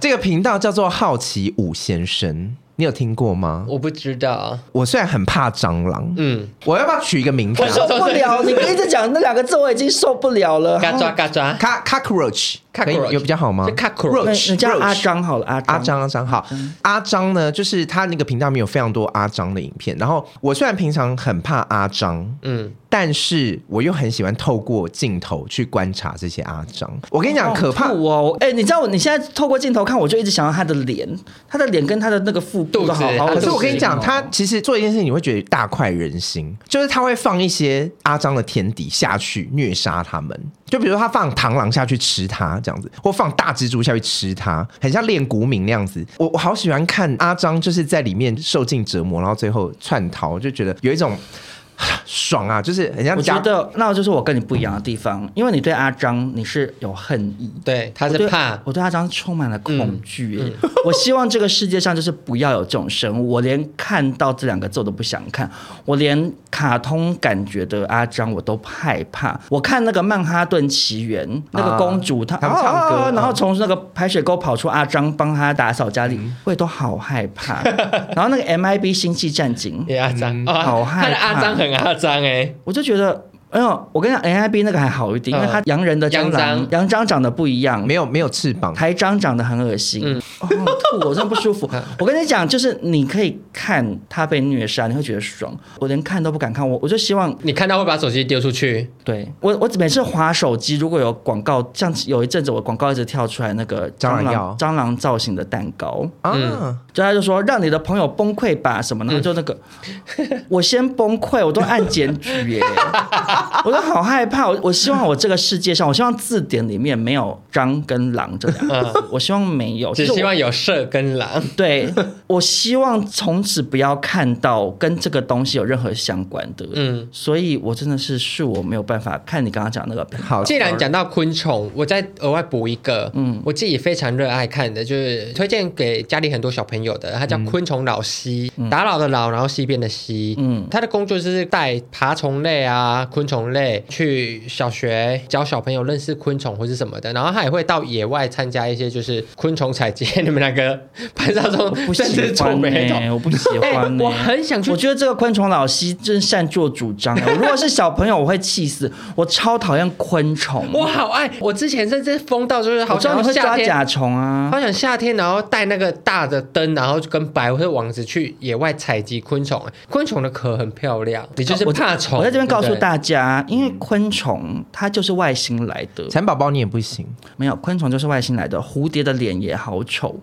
Speaker 3: 这个频道叫做“好奇五先生”，你有听过吗？
Speaker 5: 我不知
Speaker 4: 哦
Speaker 5: 道。
Speaker 3: 我虽然很怕蟑螂，
Speaker 5: 嗯，
Speaker 3: 我要不要取一个名字
Speaker 4: 我
Speaker 3: 啊？
Speaker 4: 受不了，你一直讲那两个字，我已经受不了了。哦
Speaker 5: 嘎抓嘎抓，
Speaker 3: 卡 cockroach 可以
Speaker 5: Cockroach
Speaker 3: 有比较好吗
Speaker 5: 是 cockroach
Speaker 4: 那你叫阿
Speaker 3: roach
Speaker 4: 张嗯好了，阿
Speaker 3: 阿张阿张好
Speaker 4: 张，
Speaker 3: 阿张呢，就是他那个频道里面有非常多阿张的影片。然后我虽然平常很怕阿张，
Speaker 5: 嗯，
Speaker 3: 但是我又很喜欢透过镜头去观察这些阿张。我跟你讲，
Speaker 4: 好
Speaker 3: 可怕
Speaker 4: 酷哦！哎、你知道我你现在透过镜头看，我就一直想到他的脸，他的脸跟他的那个腹部都好
Speaker 5: 肚子
Speaker 4: 好恶心哦。
Speaker 3: 可是我跟你讲，他其实做一件事情，你会觉得大快人心，就是他会放一些阿张的天敌下去虐杀他们。就比如他放螳螂下去吃它这样子，或放大蜘蛛下去吃它，很像练骨敏那样子。我我好喜欢看阿张就是在里面受尽折磨，然后最后窜逃，就觉得有一种爽啊，就是很像
Speaker 4: 我觉
Speaker 3: 家
Speaker 4: 得那就是我跟你不一样的地方，因为你对阿张你是有恨意。
Speaker 5: 对，他
Speaker 4: 我
Speaker 5: 是
Speaker 4: 对
Speaker 5: 怕
Speaker 4: 我对阿张充满了恐惧、哎我希望这个世界上就是不要有这种生物。我连看到这两个字我都不想看，我连卡通感觉的阿张我都害怕。我看那个《曼哈顿奇缘》，那个公主她
Speaker 3: 他们唱歌
Speaker 4: 啊啊啊
Speaker 3: 啊
Speaker 4: 然后从那个排水沟跑出阿张帮她打扫家里，我也都好害怕。然后那个 MIB 星际战警，
Speaker 5: 也阿张，哦
Speaker 4: 嗯好
Speaker 5: 他
Speaker 4: 害
Speaker 5: 的
Speaker 4: 怕
Speaker 5: 阿张很阿张哎，
Speaker 4: 我就觉得。哎呦，我跟你讲，N I B 那个还好一点，因为
Speaker 5: 嗯
Speaker 4: 它洋人的蟑
Speaker 5: 洋
Speaker 4: 螂
Speaker 5: 蟑，
Speaker 4: 洋蟑长得不一样，
Speaker 3: 没有没有翅膀，
Speaker 4: 台蟑长得很恶心，哦，吐我真的不舒服。我跟你讲，就是你可以看他被虐杀，你会觉得爽。我连看都不敢看，我我就希望，
Speaker 5: 你看到会把手机丢出去，
Speaker 4: 对我我每次划手机，如果有广告，像有一阵子我广告一直跳出来那个
Speaker 3: 蟑螂
Speaker 4: 蟑
Speaker 3: 药
Speaker 4: 螂蟑螂造型的蛋糕，
Speaker 3: 啊，
Speaker 4: 就他就说让你的朋友崩溃吧什么，然后就那个，我先崩溃，我都按检举耶，我都好害怕。我我希望我这个世界上，我希望字典里面没有蟑跟狼这两个字，我希望没有，
Speaker 5: 只
Speaker 4: 哦就是我
Speaker 5: 希望有射跟狼。
Speaker 4: 对，我希望从此不要看到跟这个东西有任何相关的。
Speaker 5: 嗯，
Speaker 4: 所以我真的是恕我没有办法看你刚刚讲那个频道
Speaker 3: 好，
Speaker 5: 既然讲到昆虫，我再额外补一个，嗯，我自己非常热爱看的，就是推荐给家里很多小朋友的，它
Speaker 4: 嗯
Speaker 5: 叫昆虫老西，打扰的扰，然后西边的西，嗯，他的工作就是带爬虫类啊、昆虫类去小学教小朋友认识昆虫或是什么的，然后他也会到野外参加一些就是昆虫采集， 你们两个潘少忠
Speaker 4: 不
Speaker 5: 真是
Speaker 4: 喜
Speaker 5: 皱
Speaker 4: 欢欸呢、
Speaker 5: 眉头。
Speaker 4: 我不喜欢、呢。
Speaker 5: 哎我很想去
Speaker 4: 我觉得这个昆虫老师真擅作主 张、欸。如果是小朋友，我会气死。我超讨厌昆虫，
Speaker 5: 我好爱，哎我之前甚至疯到就是
Speaker 4: 我
Speaker 5: 好
Speaker 4: 知道
Speaker 5: 像
Speaker 4: 你会
Speaker 5: 夏
Speaker 4: 抓
Speaker 5: 天
Speaker 4: 甲虫啊。
Speaker 5: 好想夏天，然后带那个大的灯，然后就跟白或者网子去野外采集昆虫。哎昆虫的壳很漂亮，你就是怕虫。
Speaker 4: 哦我在这边告诉
Speaker 5: 家，
Speaker 4: 大家，因为
Speaker 5: 嗯
Speaker 4: 昆虫它就是外星来的，
Speaker 3: 蚕宝宝你也不行，
Speaker 4: 没有，昆虫就是外星来的，蝴蝶的 脸也好丑，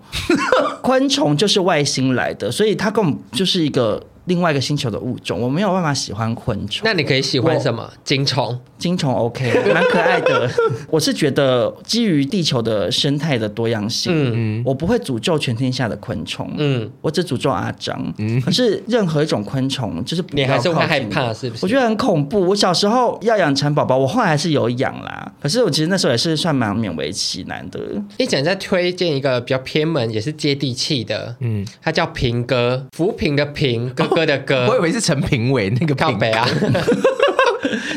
Speaker 4: 昆虫就是外星来的，所以它根本就是一个。另外一个星球的物种，我没有办法喜欢昆虫。
Speaker 5: 那你可以喜欢什么？金虫。
Speaker 4: 金虫 OK，蛮可爱 的。我是觉得基于地球的生态的多样性，嗯嗯，我不会诅咒全天下的昆虫，
Speaker 5: 嗯
Speaker 4: 嗯，我只诅咒阿张。可是任何一种昆虫，就是不
Speaker 5: 你还
Speaker 4: 要
Speaker 5: 是会
Speaker 4: 靠
Speaker 5: 害
Speaker 4: 近
Speaker 5: 怕是不是
Speaker 4: 我觉得很恐怖。我小时候要养蚕宝宝，我后来还是有养啦。可是我其实那时候也是算蛮勉为其难的。
Speaker 5: 一讲再推荐一个比较偏门也是接地气的，嗯，它叫平哥，浮萍的萍，哥哥的
Speaker 4: 哦
Speaker 5: 哥。
Speaker 3: 我以为是陈评委那个
Speaker 5: 靠
Speaker 3: 评
Speaker 5: 北啊！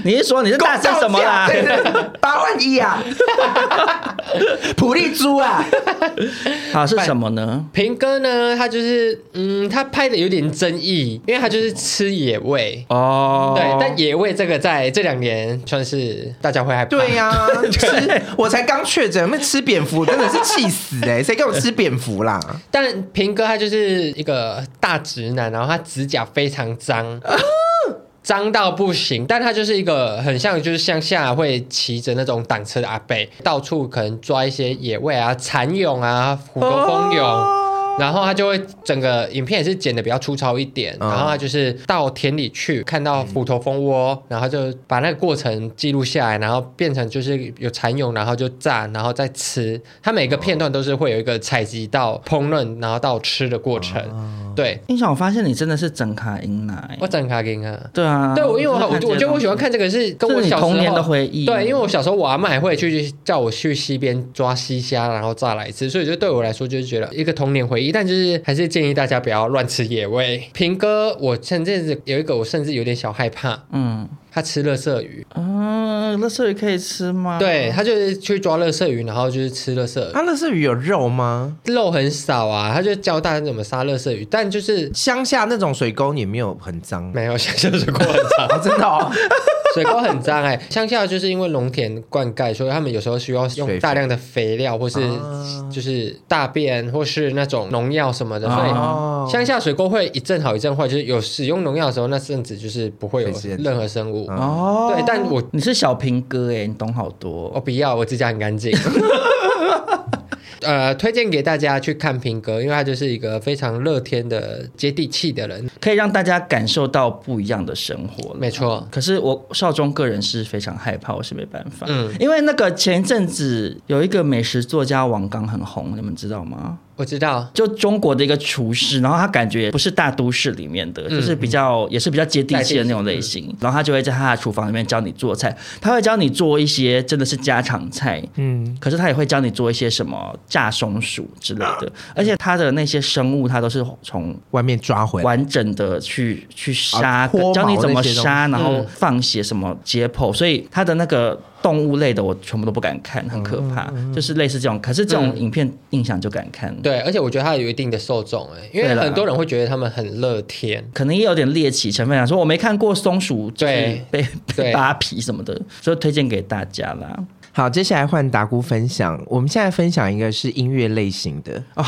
Speaker 4: 你是说你是大声什么啦？
Speaker 3: 对对对八万一啊，普利猪啊，
Speaker 4: 好啊是什么呢？
Speaker 5: 平哥呢，他就是嗯，他拍的有点争议，因为他就是吃野味。
Speaker 4: 哦，
Speaker 5: 对，但野味这个在这两年算是大家会害怕。
Speaker 3: 对呀、吃我才刚确诊，那吃蝙蝠真的是气死哎、谁给我吃蝙蝠啦？
Speaker 5: 但平哥他就是一个大直男，然后他指甲非常脏，脏到不行。但他就是一个很像，就是乡下会骑着那种挡车的阿伯，到处可能抓一些野味啊、蚕蛹啊、虎头蜂蛹。然后他就会整个影片也是剪的比较粗糙一点，
Speaker 3: 嗯
Speaker 5: 然后他就是到田里去看到虎头蜂窝，然后就把那个过程记录下来，然后变成就是有蚕蛹，然后就炸，然后再吃。他每个片段都是会有一个采集到烹饪，然后到吃的过程。对，
Speaker 4: 印象我发现你真的是整卡英奶
Speaker 5: 我。整卡给你看。
Speaker 4: 对啊，
Speaker 5: 对，我因为我
Speaker 4: 是
Speaker 5: 我
Speaker 4: 看这
Speaker 5: 就我觉得我喜
Speaker 4: 些东
Speaker 5: 欢
Speaker 4: 西
Speaker 5: 看这个是跟
Speaker 4: 这
Speaker 5: 我
Speaker 4: 是你
Speaker 5: 小时候
Speaker 4: 童年的回忆
Speaker 5: 对，因为我小时候我阿妈也会去叫我去溪边抓溪虾，然后炸来吃，所以就对我来说就是觉得一个童年回忆。但就是还是建议大家不要乱吃野味。平哥，我前阵子有一个我甚至有点小害怕，
Speaker 4: 嗯
Speaker 5: 他吃乐色鱼，
Speaker 4: 嗯，乐色鱼可以吃吗？
Speaker 5: 对他就是去抓乐色鱼，然后就是吃乐色
Speaker 3: 啊，乐色鱼有肉吗？
Speaker 5: 鱼，肉很少啊，他就教大家怎么杀乐色鱼，但就是
Speaker 3: 乡下那种水沟也没有很脏，
Speaker 5: 没有想象水过很长。
Speaker 3: 哦，真的哦，
Speaker 5: 水沟很脏哎、乡下就是因为农田灌溉，所以他们有时候需要用大量的肥料，或是
Speaker 3: 啊
Speaker 5: 就是大便，或是那种农药什么的，所
Speaker 3: 哦
Speaker 5: 以乡下水沟会一阵好一阵坏，就是有使用农药的时候，那阵子就是不会有
Speaker 3: 会是很
Speaker 5: 任何生物。
Speaker 3: 嗯
Speaker 4: 哦，
Speaker 5: 对，但我哦
Speaker 4: 你是小平哥哎，你懂好多
Speaker 5: 我不要，我指甲很干 净。呃，推荐给大家去看平哥，因为他就是一个非常乐天的、接地气的人。
Speaker 4: 可以让大家感受到不一样的生活。
Speaker 5: 没错，
Speaker 4: 可是我少中个人是非常害怕，我是没办法。
Speaker 5: 嗯
Speaker 4: 嗯，因为那个前一阵子有一个美食作家王刚很红，你们知道吗？
Speaker 5: 我知道。
Speaker 4: 就中国的一个厨师，然后他感觉也不是大都市里面的，就是比较也是比较接地气的那种类型，然后他就会在他的厨房里面教你做菜，他会教你做一些真的是家常菜，嗯，可是他也会教你做一些什么炸松鼠之类的，而且他的那些生物他都是从
Speaker 3: 外面抓回来。
Speaker 4: 完整的去去
Speaker 3: 啊
Speaker 4: 杀
Speaker 3: 脱毛，
Speaker 4: 教你怎么杀，
Speaker 5: 那
Speaker 4: 然
Speaker 5: 些东西
Speaker 4: 后放血什么解剖，所以它的那个动物类的我全部都不敢看，很可怕，就是类似这种。可是这种
Speaker 5: 嗯
Speaker 4: 影片印象就敢看，，
Speaker 5: 对，而且我觉得他有一定的受众哎、因为
Speaker 4: 对啦
Speaker 5: 很多人会觉得他们很乐天，
Speaker 4: 可能也有点猎奇成分，想说我没看过松鼠，就是
Speaker 5: 对
Speaker 4: 被
Speaker 5: 对
Speaker 4: 被扒皮什么的，所以推荐给大家啦。
Speaker 3: 好，接下来换达姑分享，我们现在分享一个是音乐类型的，
Speaker 4: 哦，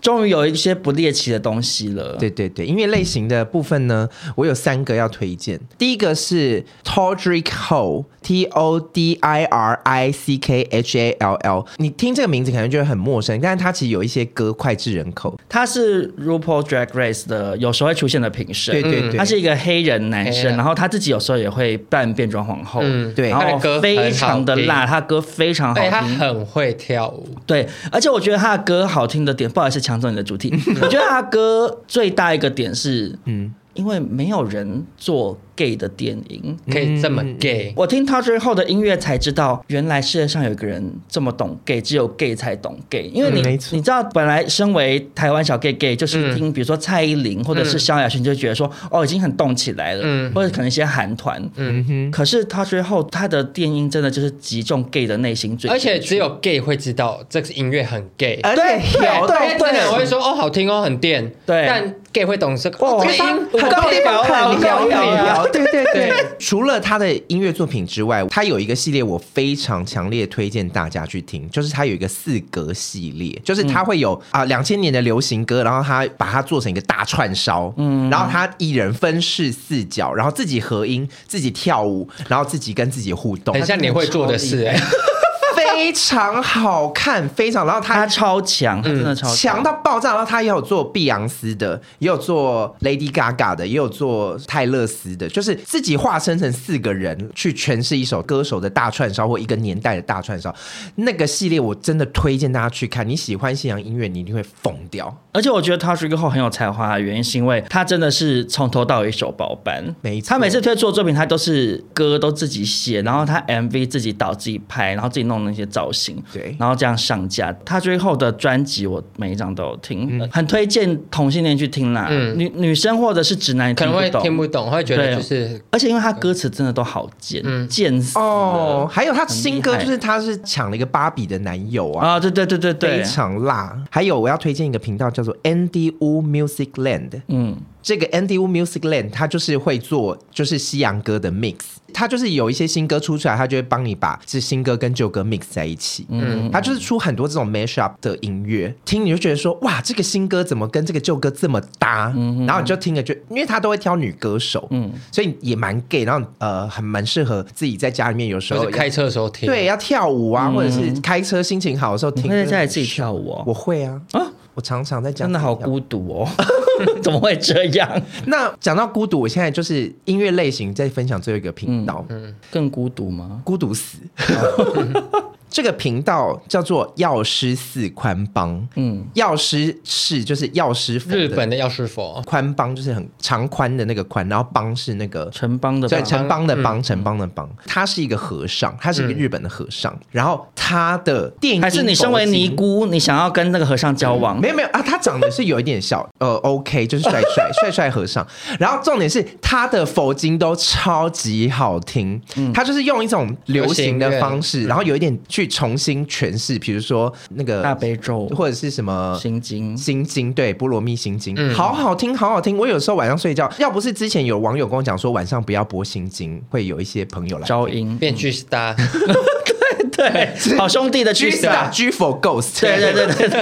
Speaker 4: 终于有一些不猎奇的东西了，
Speaker 3: 对对对，音乐类型的部分呢，我有三个要推荐。第一个是 Todrick Hall，T O D I R I C K H A L L，你听这个名字可能就会很陌生，但是它其实有一些歌脍炙人口。
Speaker 4: 他是 RuPaul Drag Race 的有时候会出现的评审，
Speaker 3: 对对对，
Speaker 4: 他是一个黑人男
Speaker 5: 黑人
Speaker 4: 生，然后他自己有时候也会扮变装皇后，
Speaker 5: 嗯
Speaker 3: 对
Speaker 4: 然
Speaker 5: 他的
Speaker 4: 后
Speaker 5: 歌
Speaker 4: 非常的
Speaker 5: 很好
Speaker 4: 辣，他歌非常好
Speaker 5: 哎对他
Speaker 4: 听，
Speaker 5: 很会跳舞。
Speaker 4: 对，而且我觉得他的歌好听的点，不好意思抢走你的主题，
Speaker 5: 嗯
Speaker 4: 我觉得他的歌最大一个点是，嗯，因为没有人做 gay 的电影。
Speaker 5: 可以这么
Speaker 4: 嗯
Speaker 5: gay，、
Speaker 4: 我听他之后的音乐才知道，原来世界上有一个人这么懂 gay，只有 gay 才懂 gay。因为你、
Speaker 3: 嗯没错
Speaker 4: 你知道，本来身为台湾小 gay gay，就是听比如说蔡依林或者是萧亚轩，你就觉得说、哦已经很动起来了，
Speaker 5: 嗯
Speaker 4: 或者可能一些韩团。
Speaker 5: 嗯哼，
Speaker 4: 可是他之后他的电音真的就是击中 gay 的内心最呃
Speaker 5: 而且
Speaker 4: 深处
Speaker 5: 只有 gay 会知道这个音乐很 gay。
Speaker 3: 而且有
Speaker 5: 对
Speaker 3: 动
Speaker 5: 对，我会
Speaker 3: 感
Speaker 5: 说哦，好听哦，很电。
Speaker 4: 对
Speaker 5: 但 gay 会懂这个。
Speaker 4: 哦
Speaker 5: 这个音我
Speaker 3: 高地方
Speaker 5: 了，
Speaker 3: 很
Speaker 5: 我
Speaker 3: 聊
Speaker 5: 高
Speaker 3: 聊聊，对对对
Speaker 5: 对。
Speaker 3: 除了他的音乐作品之外，他有一个系列我非常强烈推荐大家去听，就是他有一个四格系列，就是他会有啊两千年的流行歌，然后他把它做成一个大串烧，嗯，然后他一人分饰四角，然后自己合音，自己跳舞，然后自己跟自己互动
Speaker 5: 很。像你会做的事哎。
Speaker 3: 非 非常好看，非常。然后
Speaker 4: 他
Speaker 3: 他
Speaker 4: 超强，他真
Speaker 5: 嗯
Speaker 4: 的超
Speaker 3: 强到爆炸，然后他也有做碧昂斯的，也有做 Lady Gaga 的，也有做泰勒斯的，就是自己化身成四个人去诠释一首歌手的大串烧或一个年代的大串烧。那个系列我真的推荐大家去看，你喜欢西洋音乐，你一定会疯掉。
Speaker 4: 而且我觉得 t a s h i 后很有才华的原因，是因为他真的是从头到尾手包办。
Speaker 3: 没错
Speaker 4: 他每次推出的作品，他都是歌都自己写，然后他 MV 自己导、自己拍，然后自己弄那些造型，
Speaker 3: 对
Speaker 4: 然后这样上架。他最后的专辑，我每一张都有听，
Speaker 3: 嗯
Speaker 4: 呃很推荐同性恋去听啦。
Speaker 5: 嗯
Speaker 4: 女女生或者是直男也
Speaker 5: 可能会
Speaker 4: 不懂
Speaker 5: 听不懂，会觉得
Speaker 4: 对
Speaker 5: 就是
Speaker 4: 而且因为他歌词真的都好贱，贱死了
Speaker 3: 嗯哦，还有他
Speaker 4: 嗯很厉
Speaker 3: 新歌
Speaker 4: 害
Speaker 3: 就是他是抢了一个芭比的男友啊。
Speaker 4: 啊！对对对对对
Speaker 3: 非，常辣，还有我要推荐一个频道叫做 Andy Wu Music Land，
Speaker 4: 嗯，
Speaker 3: 这个 Andy Wu Music Land，他就是会做就是西洋歌的 mix，他就是有一些新歌出出来，他就会帮你把是新歌跟旧歌 mix 在一起。嗯，他就是出很多这种 mash up 的音乐，听你就觉得说哇，这个新歌怎么跟这个旧歌这么搭？
Speaker 4: 嗯
Speaker 3: 然后你就听了就，因为他都会挑女歌手，嗯，所以也蛮 gay，然后呃，很蛮适合自己在家里面有时
Speaker 5: 就
Speaker 3: 候
Speaker 5: 是开车的时候听。
Speaker 3: 对，要跳舞啊，或者是开车心情好的时候
Speaker 4: 嗯你
Speaker 3: 听。
Speaker 4: 会在
Speaker 3: 真的
Speaker 4: 家里
Speaker 3: 很
Speaker 4: 自己
Speaker 3: 爽
Speaker 4: 跳舞哦？
Speaker 3: 我会啊，我常常在讲，
Speaker 4: 真的好。孤独哦， 怎么会这样？
Speaker 3: 那讲到孤独，我现在就是音乐类型在分享最后一个频道，
Speaker 4: 嗯更孤独吗？
Speaker 3: 孤独死。 这个频道叫做药师寺宽帮，嗯，药师是就是药师佛的
Speaker 5: 日本的药师佛，
Speaker 3: 宽帮就是很长宽的那个宽，然后帮是那个
Speaker 4: 城邦的吧嗯
Speaker 3: 对，城邦的邦，城邦的邦，他是一个和尚，他是一个日本的和尚，然后他的电影
Speaker 4: 还是你身为尼姑，你想要跟那个和尚交往？
Speaker 3: 没有没有啊，他长得是有一点小， 呃，OK，就是帅 帅帅帅和尚。然后重点是他的佛经都超级好听，
Speaker 4: 嗯
Speaker 3: 他就是用一种流行的方式，然后有一点去重新诠释，比如说那个
Speaker 4: 大悲咒、
Speaker 3: 或者是什么
Speaker 4: 心经，
Speaker 3: 心经，对，《波罗蜜心经》好好听，好好听。我有时候晚上睡觉，要不是之前有网友跟我讲说晚上不要播心经，会有一些朋友来
Speaker 4: 招 阴，
Speaker 5: 变巨 star，
Speaker 4: 对，好兄弟的
Speaker 3: 居
Speaker 4: 去死
Speaker 3: 傻
Speaker 4: 吧。
Speaker 3: 居否 ghost，
Speaker 4: 对对对对对，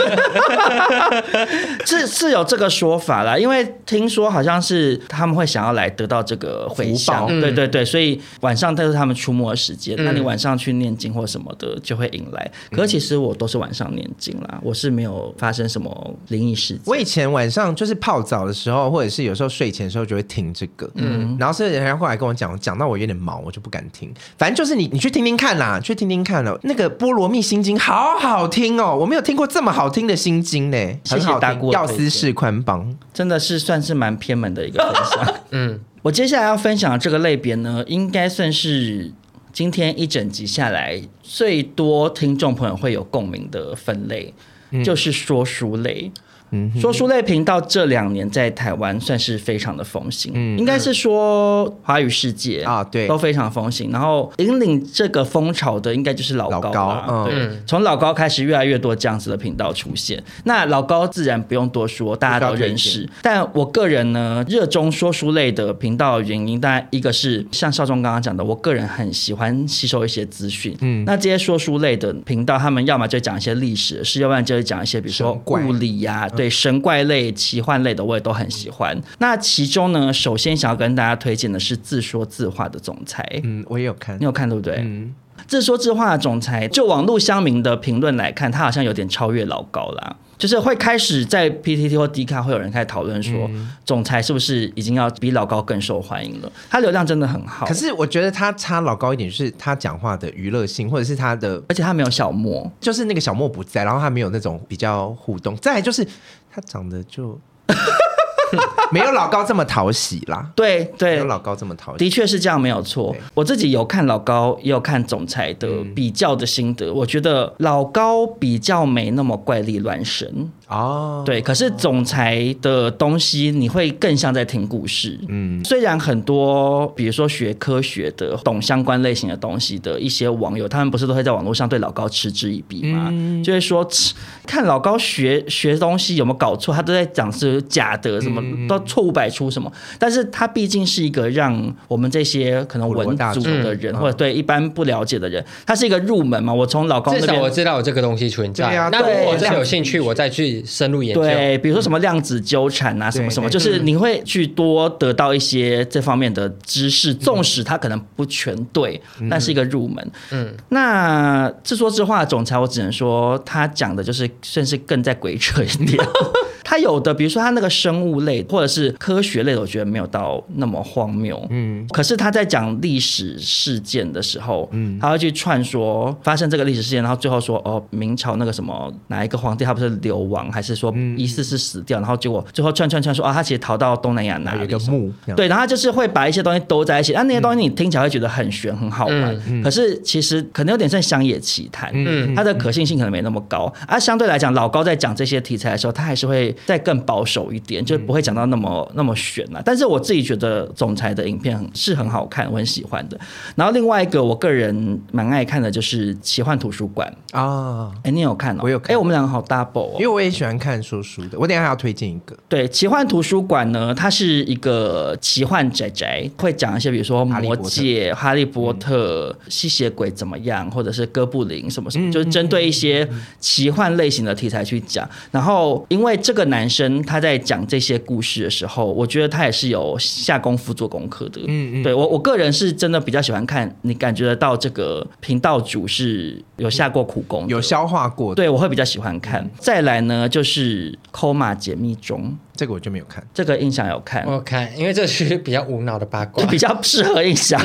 Speaker 4: 是是有这个说法啦，因为听说好像是他们会想要来得到这个回
Speaker 3: 福
Speaker 4: 向，
Speaker 3: 报嗯
Speaker 4: 对对对，所以晚上都是他们出没的时间，
Speaker 5: 嗯
Speaker 4: 那你晚上去念经或什么的就会引来。可是其实我都是晚上念经啦，我是没有发生什么灵异事件。
Speaker 3: 我以前晚上就是泡澡的时候，或者是有时候睡前的时候就会听这个，嗯，然后是人家后来跟我讲，讲到我有点毛，我就不敢听。反正就是你，你去听听看啦，去听听看哦。那个《波罗蜜心经》好好听哦，我没有听过这么好听的心经呢，
Speaker 4: 谢谢
Speaker 3: 很好
Speaker 4: 大姑的
Speaker 3: 听。药
Speaker 4: 推荐
Speaker 3: 师是宽帮，
Speaker 4: 真的是算是蛮偏门的一个分享。嗯，我接下来要分享的这个类别呢，应该算是今天一整集下来最多听众朋友会有共鸣的分类，就是说书类。说书类频道这两年在台湾算是非常的风行，应该是说华语世界
Speaker 3: 啊对
Speaker 4: 都非常风行。然后引领这个风潮的应该就是老高
Speaker 3: 老
Speaker 4: 啦
Speaker 3: 高嗯
Speaker 4: 对，从老高开始越来越多这样子的频道出现。那老高自然不用多说，大家都认识。但我个人呢，热衷说书类的频道的原因，当然一个是像少壮刚刚讲的，我个人很喜欢吸收一些资讯。嗯，那这些说书类的频道，他们要么就讲一些历史的事，要不然就是讲一些比如说
Speaker 3: 神怪
Speaker 4: 物理呀、啊
Speaker 3: 嗯
Speaker 4: 对神怪类、奇幻类的，我也都很喜欢。那其中呢，首先想要跟大家推荐的是自说自话的总裁。
Speaker 3: 嗯，我也有看
Speaker 4: 你，有看对不对？自说自话的总裁，就网络乡民的评论来看，他好像有点超越老高啦。就是会开始在 PTT 或 D 卡会有人开始讨论说，
Speaker 3: 嗯
Speaker 4: 总裁是不是已经要比老高更受欢迎了？他流量真的很好，
Speaker 3: 可是我觉得他差老高一点，就是他讲话的娱乐性，或者是他的
Speaker 4: 而且他没有小莫，
Speaker 3: 就是那个小莫不在，然后他没有那种比较互动。再来就是他长得 就没有老高这么讨喜啦，
Speaker 4: 对
Speaker 3: 没
Speaker 4: 对
Speaker 3: 有，老高这么讨喜。
Speaker 4: 的确是这样，没有错
Speaker 3: 对。
Speaker 4: 我自己有看老高，也有看总裁的比较的心得，我觉得老高比较没那么怪力乱神，
Speaker 3: 哦，
Speaker 4: 对，可是总裁的东西你会更像在听故事。嗯，虽然很多比如说学科学的、懂相关类型的东西的一些网友，他们不是都会在网络上对老高嗤之以鼻吗？就会说嗤看老高学学东西有没有搞错，他都在讲是假的，什么、都错误百出什么。但是他毕竟是一个让我们这些可能
Speaker 3: 普罗
Speaker 4: 文
Speaker 3: 大
Speaker 4: 组
Speaker 3: 众
Speaker 4: 的人，或者对一般不了解的人，他是一个入门嘛。我从老高
Speaker 5: 至
Speaker 4: 那
Speaker 5: 少
Speaker 4: 边
Speaker 5: 我知道有这个东西存在。
Speaker 3: 对啊
Speaker 5: 那如果
Speaker 4: 对
Speaker 5: 我真的
Speaker 4: 这样
Speaker 5: 有兴趣，我再去始深入研究。
Speaker 4: 对，比如说什么量子纠缠啊，什么什么，就是你会去多得到一些这方面的知识，纵使它可能不全对，但是一个入门。嗯，那自说自话的总裁，我只能说他讲的就是甚至更在鬼扯一点。他有的，比如说他那个生物类或者是科学类的，我觉得没有到那么荒谬。嗯，可是他在讲历史事件的时候，嗯，他会去串说发生这个历史事件，然后最后说哦，明朝那个什么哪一个皇帝他不是流亡，还是说疑似是死掉，然后结果最后串串串说啊，他其实逃到东南亚哪
Speaker 3: 有一
Speaker 4: 里
Speaker 3: 个墓，这样，
Speaker 4: 对，然后他就是会把一些东西兜在一起，那那些东西你听起来会觉得很悬、很好
Speaker 3: 嗯
Speaker 4: 玩，可是其实可能有点像乡野奇谈，嗯，它的可信性可能没那么高。啊，相对来讲，老高在讲这些题材的时候，他还是会再更保守一
Speaker 3: 嗯
Speaker 4: 点，就不会讲到那么、那么悬了、但是我自己觉得总裁的影片很是很好看，我很喜欢的。然后另外一个我个人蛮爱看的就是《奇幻图书馆》，
Speaker 3: 啊，
Speaker 4: 哎，你有看哦？
Speaker 3: 我有看
Speaker 4: 哎，我们两个好 double 哦
Speaker 3: 因。为我也喜欢看说书的，我等一下还要推荐一个
Speaker 4: 对，奇幻图书馆呢，它是一个奇幻宅宅，会讲一些比如说
Speaker 3: 哈利
Speaker 4: 魔
Speaker 3: 波特
Speaker 4: 戒、哈利波特、吸血鬼怎么样，或者是哥布林什么什么，
Speaker 3: 嗯
Speaker 4: 就是针对一些奇幻类型的题材去讲。然后，因为这个男生他在讲这些故事的时候，我觉得他也是有下功夫做功课的。嗯嗯，对我我个人是真的比较喜欢看，你感觉得到这个频道主是有下过苦功的，
Speaker 3: 有消化过嗯的，
Speaker 4: 对我会比较喜欢看。再来呢，就是《Coma 解密中》。
Speaker 3: 这个我就没有看。
Speaker 4: 这个印象有看。
Speaker 5: 我看，因为这是比较无脑的八卦
Speaker 4: 就。比较适合印象。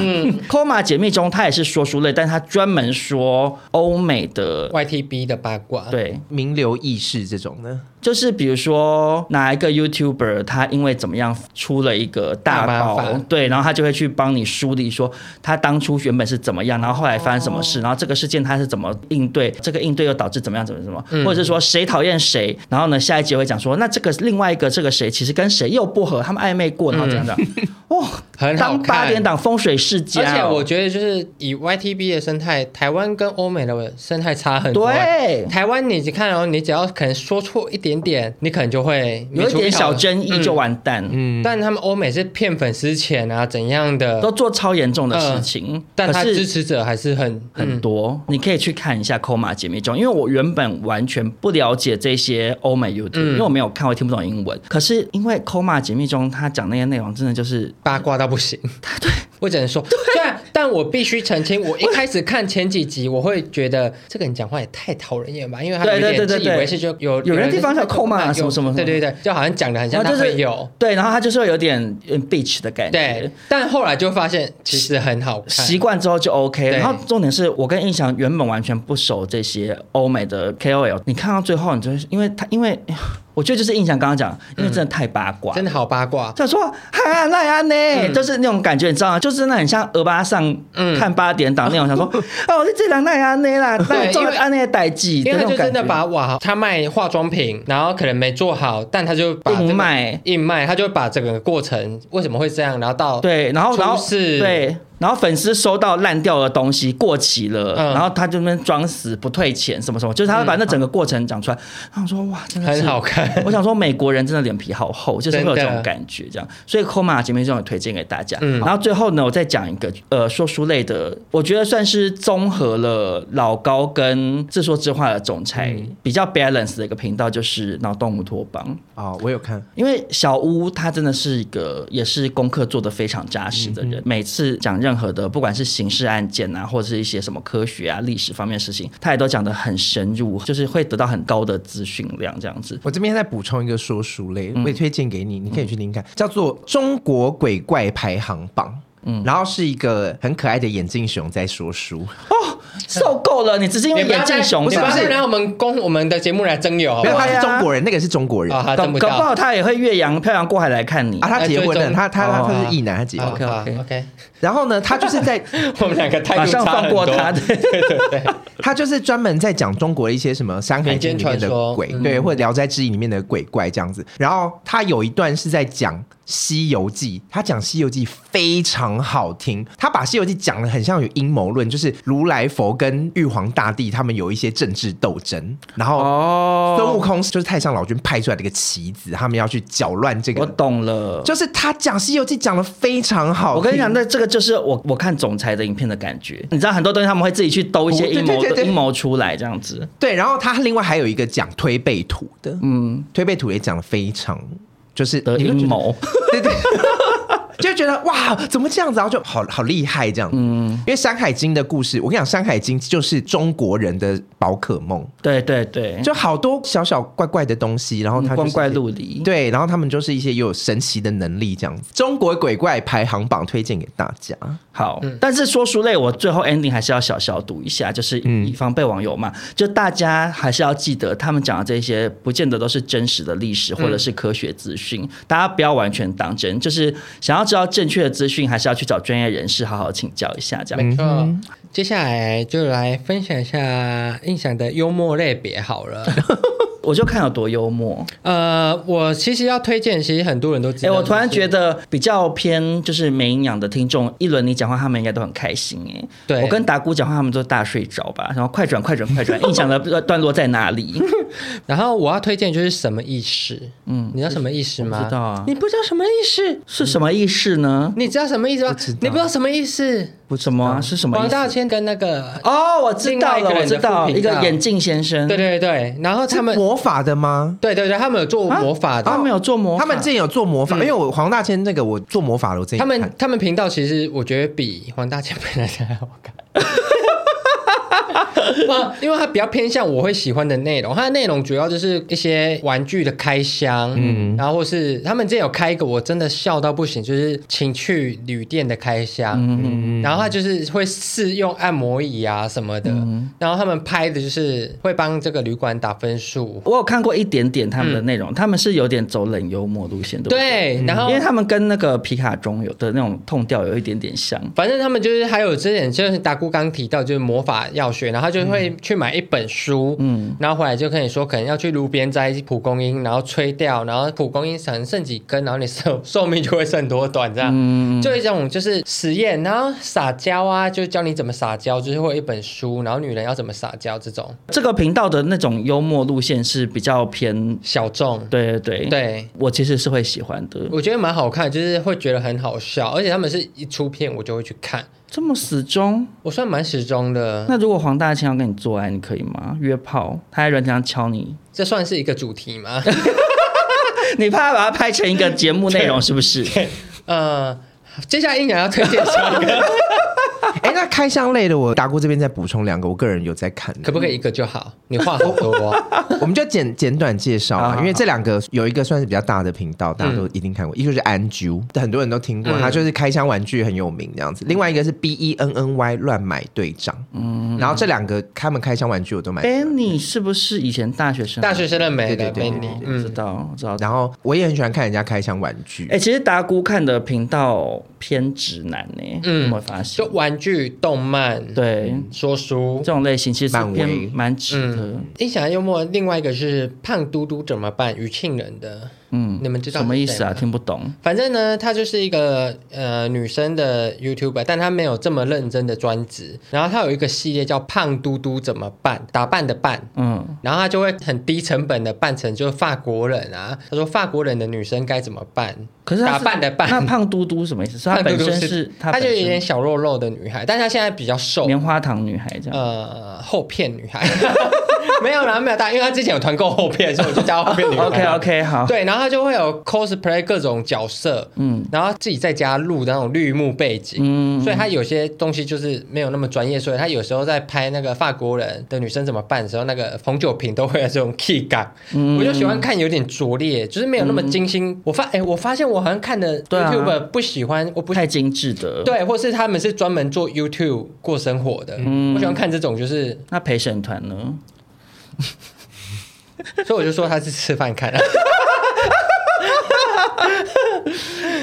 Speaker 4: Coma 解密中，它也是说书类，但它专门说欧美的，
Speaker 5: YTB 的八卦，，
Speaker 4: 对，
Speaker 3: 名流轶事这种呢，
Speaker 4: 就是比如说哪一个 YouTuber 他因为怎么样出了一个大
Speaker 5: 大麻
Speaker 4: 包
Speaker 5: 烦，
Speaker 4: 对，然后他就会去帮你梳理说他当初原本是怎么样，然后后来发生什么
Speaker 5: 哦
Speaker 4: 事，然后这个事件他是怎么应对，这个应对又导致怎么样怎么怎么，
Speaker 5: 嗯
Speaker 4: 或者是说谁讨厌谁，然后呢下一集会讲说那这个另外一个这个谁其实跟谁又不合，他们暧昧过，然后怎样怎样，哇，
Speaker 5: 嗯很好
Speaker 4: 当
Speaker 5: 看。
Speaker 4: 八点档风水世家
Speaker 5: 而
Speaker 4: 哦，
Speaker 5: 且我觉得，就是以 YTB 的生态，台湾跟欧美的生态差很多。
Speaker 4: 对
Speaker 5: 台湾你看哦，你只要可能说错一点点，你可能就会
Speaker 4: 有一点小
Speaker 5: 真。
Speaker 4: 争议就完蛋，
Speaker 5: 嗯但他们欧美是骗粉丝钱啊，怎样
Speaker 4: 都
Speaker 5: 的？
Speaker 4: 做超严重的事情，
Speaker 5: 嗯但他
Speaker 4: 可
Speaker 5: 支
Speaker 4: 是。
Speaker 5: 持者还是很
Speaker 4: 很多，
Speaker 5: 嗯
Speaker 4: 你可以去看一下《扣马解密中》，因为我原本完全不了解这些欧美 YouTube，、因
Speaker 5: 嗯
Speaker 4: 为我没有看，我也听不懂英文。可是因为《扣马解密中》他讲那些内容，真的就是
Speaker 5: 八卦到不 行。对，我只能说，虽然但我必须澄清，我一开始看前几集，我会觉得这个人讲话也太讨人厌吧，因为他
Speaker 4: 对
Speaker 5: 有
Speaker 4: 对
Speaker 5: 点
Speaker 4: 对
Speaker 5: 自
Speaker 4: 对
Speaker 5: 以
Speaker 4: 对
Speaker 5: 为是就有
Speaker 4: 有人地方叫扣骂
Speaker 5: 有
Speaker 4: 什么什么什么
Speaker 5: 对对对，就好像讲的很像
Speaker 4: 然
Speaker 5: 他
Speaker 4: 后就是
Speaker 5: 会有。
Speaker 4: 对，然后他就是会有点有点 bitch 的感
Speaker 5: 对
Speaker 4: 觉。，
Speaker 5: 但后来就发现其实很好看。
Speaker 4: 习惯之后就 OK，
Speaker 5: 对
Speaker 4: 然后重点是我跟印象原本完全不熟这些欧美的 KOL，你看到最后，你就会因为他，因为 我觉得就是印象刚刚讲，因为真的太八卦了，
Speaker 5: 真的好八卦，
Speaker 4: 他说：“哈，那呀
Speaker 5: 嗯
Speaker 4: 呢，就是那种感觉，你知道吗？就是真的很像鹅巴上看八点档那种，想 说哦，你这两那呀呢啦，那做了安那代际
Speaker 5: 因
Speaker 4: 的
Speaker 5: 为
Speaker 4: 那
Speaker 5: 他
Speaker 4: 种
Speaker 5: 就
Speaker 4: 感
Speaker 5: 真的把
Speaker 4: 觉。”
Speaker 5: 哇，他卖化妆品，然后可能没做好，但他就把这个
Speaker 4: 硬卖
Speaker 5: 硬卖，他就会把整个过程为什么会这样，然后到
Speaker 4: 对，然后然后
Speaker 5: 出事
Speaker 4: 对，然后粉丝收到烂掉的东西过期了，
Speaker 5: 嗯
Speaker 4: 然后他就那边装死不退钱什么什么，就是他会把那整个过程讲出来。然后我说哇，真的是
Speaker 5: 很好看。
Speaker 4: 我想说，美国人真的脸皮好厚，就是会有这
Speaker 5: 真
Speaker 4: 种
Speaker 5: 的
Speaker 4: 感觉，这样。所以 Koma 前面这种推荐给大家。
Speaker 5: 嗯
Speaker 4: 然后最后呢，我再讲一个呃说书类的，我觉得算是综合了老高跟自说自话的总裁、
Speaker 5: 嗯
Speaker 4: 比较 balance 的一个频道，就是脑洞乌托邦。
Speaker 3: 哦，我有看，
Speaker 4: 因为小屋他真的是一个也是功课做得非常扎实
Speaker 5: 嗯
Speaker 4: 的人，每次讲任何的不管是刑事案件啊，或者是一些什么科学啊、历史方面的事情，他也都讲得很深入，就是会得到很高的资讯量这样子。
Speaker 3: 我这边再补充一个说书类，
Speaker 4: 嗯
Speaker 3: 我也推荐给你，你可以去听看，叫做《中国鬼怪排行榜》。嗯，然后是一个很可爱的眼镜熊在说书，
Speaker 4: 受够了，嗯你只是因为眼镜熊
Speaker 5: 你不
Speaker 4: 吧
Speaker 5: 要再拿我们公我们的节目来征友好
Speaker 3: 没
Speaker 5: 不
Speaker 3: 有，
Speaker 5: 好？
Speaker 3: 他
Speaker 4: 对
Speaker 3: 是
Speaker 4: 啊
Speaker 3: 中国人，那个是中国人
Speaker 5: 哦啊，他
Speaker 3: 啊，
Speaker 4: 搞
Speaker 5: 征不
Speaker 4: 搞不
Speaker 5: 到
Speaker 4: 好。他也会越洋漂洋过海来看你。
Speaker 3: 他结婚
Speaker 5: 哎
Speaker 3: 了，
Speaker 5: 对
Speaker 3: 他他他
Speaker 4: 哦
Speaker 3: 他是异男，他结婚了。
Speaker 4: OK，OK
Speaker 5: OK OK，
Speaker 3: 然后呢，他就是在
Speaker 5: 我们两个态
Speaker 4: 马
Speaker 5: 度
Speaker 4: 上
Speaker 5: 差
Speaker 4: 放
Speaker 5: 很
Speaker 4: 过
Speaker 5: 多
Speaker 4: 他，对
Speaker 3: 他就是专门在讲中国的一些什么《山海经》里面
Speaker 5: 民间传嗯
Speaker 3: 的
Speaker 5: 说
Speaker 3: 鬼，
Speaker 5: 嗯
Speaker 3: 对，或者《聊斋志异》里面的鬼怪这样子。然后他有一段是在讲西游记》，他讲《西游记》非常好听，他把《西游记》讲的很像有阴谋论，就是如来佛跟玉皇大帝他们有一些政治斗争，然后
Speaker 4: 哦，
Speaker 3: 孙悟空就是太上老君派出来的一个棋子，他们要去搅乱这
Speaker 4: 我
Speaker 3: 个。
Speaker 4: 懂了。
Speaker 3: 就是他讲《西游记》讲的非常好听，
Speaker 4: 我跟你讲，那这个就是我我看总裁的影片的感觉。你知道很多东西他们会自己去兜一些
Speaker 3: 哦对
Speaker 4: 阴谋
Speaker 3: 对对对
Speaker 4: 阴谋出来这样子。
Speaker 3: 对，然后他另外还有一个讲推背图的，嗯，推背图也讲的非常，就是
Speaker 4: 的
Speaker 3: 你就觉得
Speaker 4: 阴谋，
Speaker 3: 对 对。就觉得哇，怎么这样子、啊？然后就好好厉害这样。嗯，因为《山海经》的故事，我跟你讲，《山海经》就是中国人的宝可梦，
Speaker 4: 对对对，
Speaker 3: 就好多小小怪怪的东西，然后
Speaker 4: 嗯
Speaker 3: 它、就是、
Speaker 4: 光怪陆离。
Speaker 3: 对，然后他们就是一些有神奇的能力这样子。中国鬼怪排行榜推荐给大家。
Speaker 4: 好，
Speaker 5: 嗯
Speaker 4: 但是说书类我最后 ending 还是要小小读一下，就是
Speaker 5: 嗯
Speaker 4: 以防被网友骂，就大家还是要记得，他们讲的这些不见得都是真实的历
Speaker 5: 嗯
Speaker 4: 史或者是科学资讯，大家不要完全当真。就是想要知道正确的资讯，还是要去找专业人士好好请教一下。这样，
Speaker 5: 没错。嗯接下来就来分享一下印象的幽默类别好 了。
Speaker 4: 我就看有多幽默。
Speaker 5: 呃，我其实要推荐，其实很多人都知
Speaker 4: 哎、
Speaker 5: 道。
Speaker 4: 我突然
Speaker 5: 就是
Speaker 4: 觉得比较偏就是没营养的听众，一轮你讲话，他们应该都很开心哎、
Speaker 5: 对
Speaker 4: 我跟达姑讲话，他们都大睡着吧，然后快转快转快 转，印象的段落在哪里？
Speaker 5: 然后我要推荐就是什么意识？嗯，你知道什么意识吗？
Speaker 4: 我不知道啊
Speaker 5: 你不知道什么意识？
Speaker 4: 是什么意识呢？
Speaker 5: 你知道什么意思吗？
Speaker 3: 道
Speaker 5: 你不知道什么意思？
Speaker 4: 不什么啊？是什么意
Speaker 5: 黄嗯
Speaker 4: 思？
Speaker 5: 大千跟那个，
Speaker 4: 哦，我知道
Speaker 5: 另外
Speaker 4: 了，
Speaker 5: 一个
Speaker 4: 我
Speaker 5: 人
Speaker 4: 知
Speaker 5: 的
Speaker 4: 道
Speaker 5: 副
Speaker 4: 一
Speaker 5: 频道
Speaker 4: 个眼镜先生，
Speaker 5: 对对对，然后他
Speaker 3: 他
Speaker 5: 们
Speaker 3: 们，魔法的吗？
Speaker 5: 对对对，他们有做魔法的
Speaker 4: 他啊们有做魔法，
Speaker 3: 他们之前有做魔法，因为我黄大千那个我做魔法的，我之
Speaker 5: 嗯
Speaker 3: 前
Speaker 5: 他们
Speaker 3: 看
Speaker 5: 他们频道其实我觉得比黄大千本来的还好 看。哇因为它比较偏向我会喜欢的内容，它的内容主要就是一些玩具的开箱，嗯，然后或是他们之前有开一个我真的笑到不行，就是情趣旅店的开箱，嗯，然后他就是会试用按摩椅啊什么的，然后他们拍的就是会帮这个旅馆打分数，
Speaker 4: 我有看过一点点他们的内容，他们是有点走冷幽默路线，对不
Speaker 5: 嗯
Speaker 4: 对？
Speaker 5: 对，啊然后
Speaker 4: 因为他们跟那个皮卡中有的那种痛调有一点点像，
Speaker 5: 反正他们就是还有之前就是达姑刚提到就是魔法药学，然后他就会去买一本书，嗯，然后回来就跟你说可能要去路边摘蒲公英，然后吹掉，然后蒲公英可能剩几根，然后你寿寿命就会剩多短这样，嗯，就一种就是实验，然后撒娇啊，就教你怎么撒娇，就是会有一本书，然后女人要怎么撒娇这种
Speaker 4: 这个频道的那种幽默路线是比较偏，
Speaker 5: 小众，
Speaker 4: 对对对，
Speaker 5: 对。
Speaker 4: 我其实是会喜欢的。
Speaker 5: 我觉得蛮好看，就是会觉得很好笑，而且他们是一出片我就会去看，
Speaker 4: 这么死忠？
Speaker 5: 我算蛮始终的，
Speaker 4: 那如果黄大千要跟你做爱，你可以吗？约炮，他在软件上敲你，
Speaker 5: 这算是一个主题吗？
Speaker 4: 你怕把它拍成一个节目 内容是不是？
Speaker 5: 呃，接下来应该要推荐下一个，
Speaker 3: 哎、那开箱类的我达姑这边再补充两个，我个人有在看的，
Speaker 5: 可不可以一个就好？你话好多，
Speaker 3: 我们就简简短介绍
Speaker 4: 好好
Speaker 3: 啊，
Speaker 4: 好
Speaker 3: 因为这两个有一个算是比较大的频道，大家都一定看过，一个就是 Anju，很多人都听过，
Speaker 5: 嗯
Speaker 3: 他就是开箱玩具很有名这样子。另外一个是 B E N N Y 乱买队长，嗯，然后这两个他们开箱玩具我都买。
Speaker 4: Benny 是不是以前大学 生？
Speaker 5: 嗯大学生的美
Speaker 3: 对
Speaker 5: 的
Speaker 3: 对对
Speaker 5: 美
Speaker 3: 对
Speaker 5: 女，
Speaker 4: 我知
Speaker 5: 嗯，
Speaker 4: 道，我知道。
Speaker 3: 然后我也很喜欢看人家开箱玩具，
Speaker 4: 哎、其实达姑看的频道偏直男呢、
Speaker 5: 嗯
Speaker 4: 你有没有发现
Speaker 5: 就？玩具、动漫、
Speaker 4: 对，
Speaker 5: 说书
Speaker 4: 这。种类型其实是
Speaker 3: 漫威
Speaker 4: 偏蛮直的。
Speaker 5: 嗯，印象幽默。另外一个是胖嘟嘟怎么办？余庆人的，
Speaker 4: 嗯，
Speaker 5: 你们知道
Speaker 4: 什么
Speaker 5: 是
Speaker 4: 意
Speaker 5: 谁
Speaker 4: 思啊？
Speaker 5: 吗
Speaker 4: 听不懂。
Speaker 5: 反正呢，她就是一个呃女生的 YouTuber，但她没有这么认真的专职。然后她有一个系列叫胖嘟嘟怎么办？打扮的扮，
Speaker 4: 嗯，
Speaker 5: 然后他就会很低成本的扮成就是法国人啊。他说法国人的女生该怎么办？
Speaker 4: 可是他
Speaker 5: 打扮的扮，
Speaker 4: 那 胖嘟嘟什么意思？是她
Speaker 5: 胖嘟
Speaker 4: 本
Speaker 5: 嘟
Speaker 4: 身
Speaker 5: 是
Speaker 4: 是她
Speaker 5: 她就
Speaker 4: 本
Speaker 5: 有
Speaker 4: 身
Speaker 5: 点小肉肉的女孩，但她现在比较瘦，
Speaker 4: 棉花糖女孩这样。
Speaker 5: 呃，厚片女孩。 没有啦，没有大，因为她之前有团购厚片，所以我就叫她厚片女 孩。
Speaker 4: OK OK，好。
Speaker 5: 嗯对，然后她就会有 cosplay 各种角色，嗯，然后自己在家录的那种绿幕背景，
Speaker 4: 嗯
Speaker 5: 所以她有些东西就是没有那么专业，所以她有时候在拍那个法国人的女生怎么办的时候，那个红酒瓶都会有这种 key 感，
Speaker 4: 嗯
Speaker 5: 我就喜欢看有点拙劣，就是没有那么精心。我发哎、我发现我好像看的
Speaker 4: 对啊
Speaker 5: YouTube 不喜欢，我不
Speaker 4: 不太精致的。，
Speaker 5: 对，或是他们是专门做 YouTube 过生活的，
Speaker 4: 嗯
Speaker 5: 我喜欢看这种，就是，
Speaker 4: 那陪审团呢？
Speaker 5: 所以我就说他是吃饭看、啊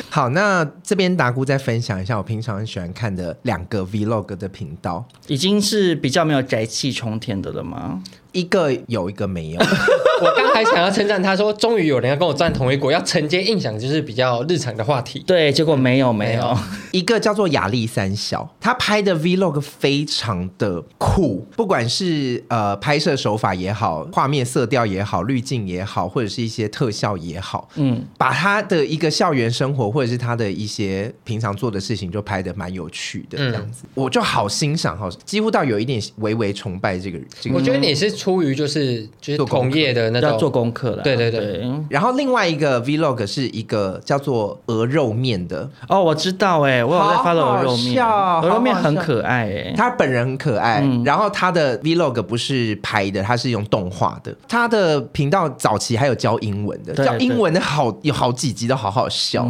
Speaker 3: 好，那这边达姑再分享一下我平常很喜欢看的两个 Vlog 的频道。
Speaker 4: 已经是比较没有宅气冲天的了吗？
Speaker 3: 一个有一个没有，
Speaker 5: 我刚才想要称赞他说，终于有人要跟我站同一国，要承接印象就是比较日常的话题。
Speaker 4: 对，结果没有 没有，
Speaker 3: 一个叫做亚历山小，他拍的 vlog 非常的酷，不管是呃拍摄手法也好，画面色调也好，滤镜也好，或者是一些特效也好，
Speaker 4: 嗯，
Speaker 3: 把他的一个校园生活或者是他的一些平常做的事情就拍的蛮有趣
Speaker 5: 嗯
Speaker 3: 的这样子，我就好欣赏哈，几乎到有一点微微崇拜这个人。
Speaker 4: 嗯
Speaker 3: 这个
Speaker 5: 我
Speaker 3: 人
Speaker 5: 觉得你是出于就是就是
Speaker 3: 做功
Speaker 5: 同
Speaker 3: 课
Speaker 5: 业的那
Speaker 4: 要做
Speaker 5: 种，
Speaker 4: 功课了。
Speaker 5: 对对对
Speaker 3: 然后另外一个 vlog 是一个叫做鹅肉面的，
Speaker 4: 哦，我知道哎、我有在
Speaker 3: 好
Speaker 4: follow 鹅肉面，
Speaker 3: 好笑
Speaker 4: 鹅肉面
Speaker 3: 好好
Speaker 4: 很
Speaker 3: 笑
Speaker 4: 可爱哎、
Speaker 3: 他本人很可爱，
Speaker 4: 嗯
Speaker 3: 然后他的 vlog 不是拍的，他是用动画的。他的频道早期还有教英文的，
Speaker 4: 对
Speaker 3: 教英文的好有好几集都好好笑。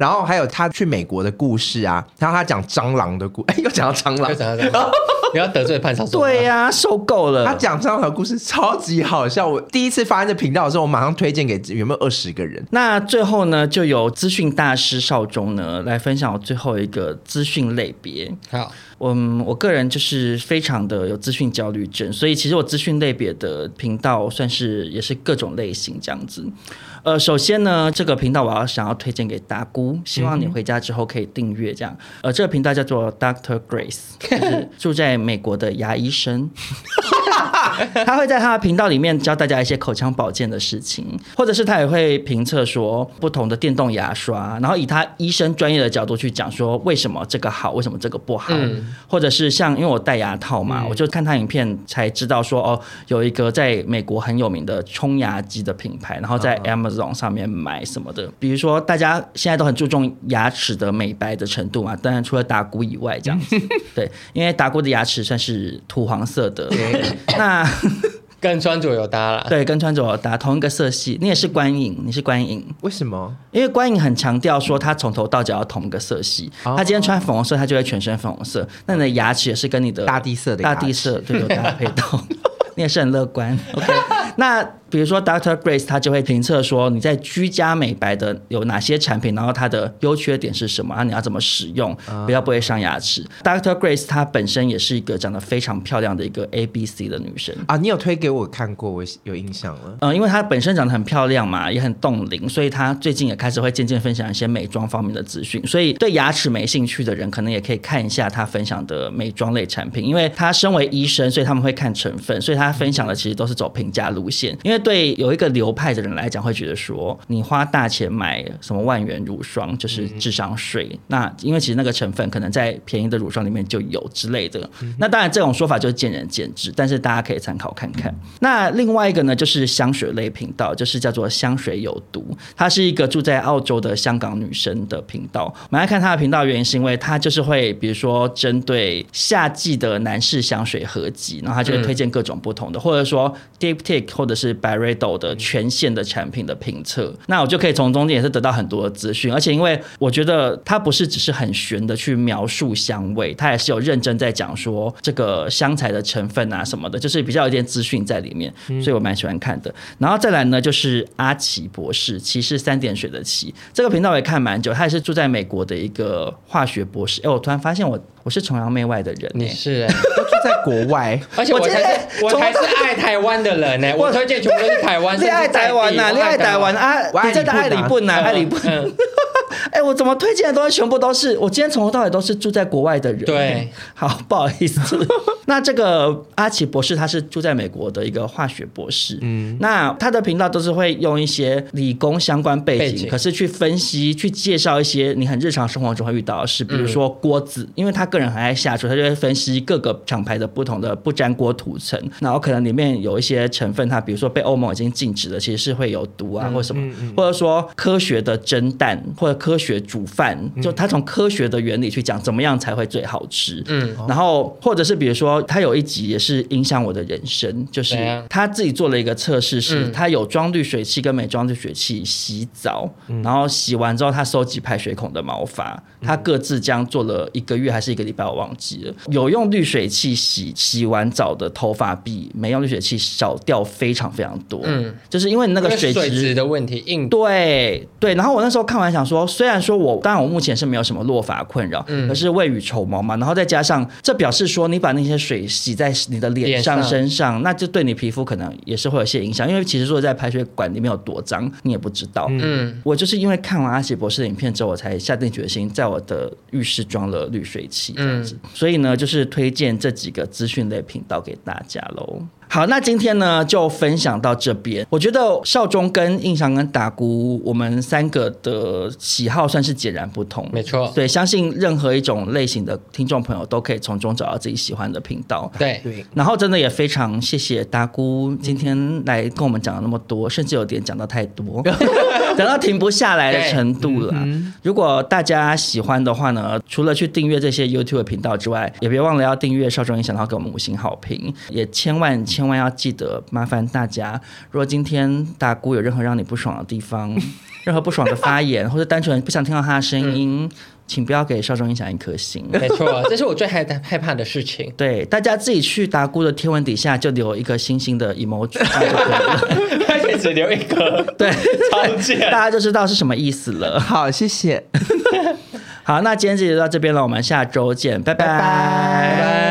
Speaker 3: 然后还有他去美国的故事啊，然后他讲蟑螂的故， 哎，又讲到蟑螂
Speaker 5: 就，怎样怎 样，不要得罪潘少佐。啊
Speaker 4: 对呀、受够了。
Speaker 3: 他讲蟑螂的故事超级好笑。我第一次发现这频道的时候，我马上推荐给有没有二十个人。
Speaker 4: 那最后呢，就由资讯大师少中呢来分享我最后一个资讯类别。
Speaker 5: 好，
Speaker 4: 嗯，我个人就是非常的有资讯焦虑症，所以其实我资讯类别的频道算是也是各种类型这样子。呃，首先呢，这个频道我要想要推荐给达姑，希望你回家之后可以订阅这样。呃，这个频道叫做 Doctor Grace，就是 住在美国的牙医生。 他会在他的频道里面教大家一些口腔保健的事情，或者是他也会评测说不同的电动牙刷，然后以他医生专业的角度去讲说为什么这个好，为什么这个不好，或者是像因为我戴牙套嘛，我就看他影片才知道说哦，有一个在美国很有名的冲牙机的品牌，然后在 Amazon 上面买什么的，比如说大家现在都很注重牙齿的美白的程度嘛，当然除了打鼓以外这样子，对，因为打鼓的牙齿算是土黄色的，那。
Speaker 5: 跟川佐有搭啦。
Speaker 4: 对，跟川佐达同一个色系，你也是观影，你是观影，
Speaker 3: 为什么？
Speaker 4: 因为观影很强调说他从头到脚要同一个色系，
Speaker 3: 哦
Speaker 4: 他今天穿粉红色，他就会全身粉红色，那你的牙齿也是跟你的
Speaker 3: 大地色的牙
Speaker 4: 大
Speaker 3: 齿
Speaker 4: 地色对有搭配 到。你也是很乐观，OK？那比如说 Doctor Grace，他就会评测说你在居家美白的有哪些产品，然后它的优缺点是什么，啊，你要怎么使用，
Speaker 3: 啊
Speaker 4: 比较不会伤牙齿。Doctor Grace 她本身也是一个长得非常漂亮的一个 A B C 的女生，
Speaker 3: 啊，你有推给我看过，我有印象了。
Speaker 4: 嗯，因为她本身长得很漂亮嘛，也很冻龄，所以她最近也开始会渐渐分享一些美妆方面的资讯。所以对牙齿没兴趣的人，可能也可以看一下她分享的美妆类产品。因为她身为医生，所以他们会看成分，所以她分享的其实都是走平价路线。因为对有一个流派的人来讲，会觉得说你花大钱买什么万元乳霜就是智商税。那因为其实那个成分可能在便宜的乳霜里面就有之类的。那当然这种说法就是见仁见智，但是大家可以参考看看。那另外一个呢，就是香水类频道，就是叫做“香水有毒”，她是一个住在澳洲的香港女生的频道。我们来看她的频道，原因是因为她就是会，比如说针对夏季的男士香水合集，然后她就会推荐各种不同的，或者说 Deep Take 或者是 b y r e d o 的全线的产品的评测。那我就可以从中间也是得到很多的资讯，而且因为我觉得她不是只是很玄的去描述香味，她也是有认真在讲说这个香材的成分啊什么的，就是比较有点资讯在里面，
Speaker 5: 嗯
Speaker 4: 所以我蛮喜欢看的。然后再来呢，就是阿奇博士，奇是三点水的奇，这个频道我也看蛮久，他也是住在美国的一个化学博士。哎，我突然发现我我是崇洋媚外的人、
Speaker 5: 你
Speaker 4: 哎
Speaker 5: 是、啊
Speaker 3: 都住在国 外，
Speaker 5: 而且我才是我才是爱台湾的人 呢、我推荐全部都是台湾，
Speaker 4: 恋爱
Speaker 5: 甚至在地
Speaker 4: 台湾呐、
Speaker 5: 我
Speaker 4: 恋爱台湾啊，
Speaker 3: 我爱
Speaker 4: 你在的爱
Speaker 3: 你
Speaker 4: 里
Speaker 3: 不
Speaker 4: 不呐，爱里啊不。
Speaker 5: 嗯
Speaker 4: 哎，我怎么推荐的东西全部都是我今天从头到尾都是住在国外的人。
Speaker 5: 对，
Speaker 4: 好不好意思。 那这个阿奇博士他是住在美国的一个化学博士，嗯，那他的频道都是会用一些理工相关背景，
Speaker 5: 背景
Speaker 4: 可是去分析、去介绍一些你很日常生活中会遇到的事，比如说锅子，因为他个人很爱下厨，他就会分析各个厂牌的不同的不粘锅涂层，然后可能里面有一些成分，它比如说被欧盟已经禁止了，其实是会有毒
Speaker 5: 嗯
Speaker 4: 啊，或什么，或者说科学的蒸蛋或者科学煮饭，就
Speaker 5: 嗯
Speaker 4: 他从科学的原理去讲怎么样才会最好吃，嗯，然后或者是比如说他有一集也是影响我的人生，就是
Speaker 5: 怎样
Speaker 4: 他自己做了一个测试是，
Speaker 5: 嗯
Speaker 4: 他有装滤水器跟没装滤水器洗澡，然后洗完之后他收集排水孔的毛发，他各自这样做了一个月还是一个礼拜，我忘记了。有用滤水器洗洗完澡的头发比没用滤水器少掉非常非 常多，嗯，就是因为那
Speaker 5: 那
Speaker 4: 个
Speaker 5: 个
Speaker 4: 水
Speaker 5: 水
Speaker 4: 质
Speaker 5: 质的问题，硬度
Speaker 4: 对对，然后我那时候看完想说，虽然然说我当然我目前是没有什么落发困扰，可是未雨绸缪嘛，然后再加上这表示说你把那些水洗在你的脸上、
Speaker 5: 脸上
Speaker 4: 身上，那就对你皮肤可能也是会有些影响，因为其实说在排水管里面有多脏你也不知道。
Speaker 5: 嗯，
Speaker 4: 我就是因为看完阿喜博士的影片之后，我才下定决心在我的浴室装了滤水器
Speaker 5: 嗯
Speaker 4: 这样子。所以呢，就是推荐这几个资讯类频道给大家喽。好，那今天呢就分享到这边。我觉得少中跟印象跟打鼓，我们三个的喜好算是截然不同。
Speaker 5: 没错
Speaker 4: 对，相信任何一种类型的听众朋友都可以从中找到自己喜欢的频道。
Speaker 5: 对，
Speaker 4: 然后真的也非常谢谢达姑今天来跟我们讲了那么多，甚至有点讲到太多，讲到停不下来的程度了。如果大家喜欢的话呢，除了去订阅这些 YouTube 频道之外，也别忘了要订阅少中音响，然后给我们五星好评。也千万千万要记得，麻烦大家，如果今天达姑有任何让你不爽的地方，任何不爽的发言，或者单纯不想听到他的声音，请不要给少中音响一颗星。
Speaker 5: 没错，这是我最害害怕的事情。
Speaker 4: 对，大家自己去达姑的贴文底下就留一个星星的 emoji，这 样就可以了
Speaker 5: 而且只留一个，
Speaker 4: 对，
Speaker 5: 超贱
Speaker 4: 大家就知道是什么意思了。
Speaker 3: 好，谢谢。
Speaker 4: 好，那今天这集就到这边了，我们下周见，拜拜。
Speaker 5: 拜拜。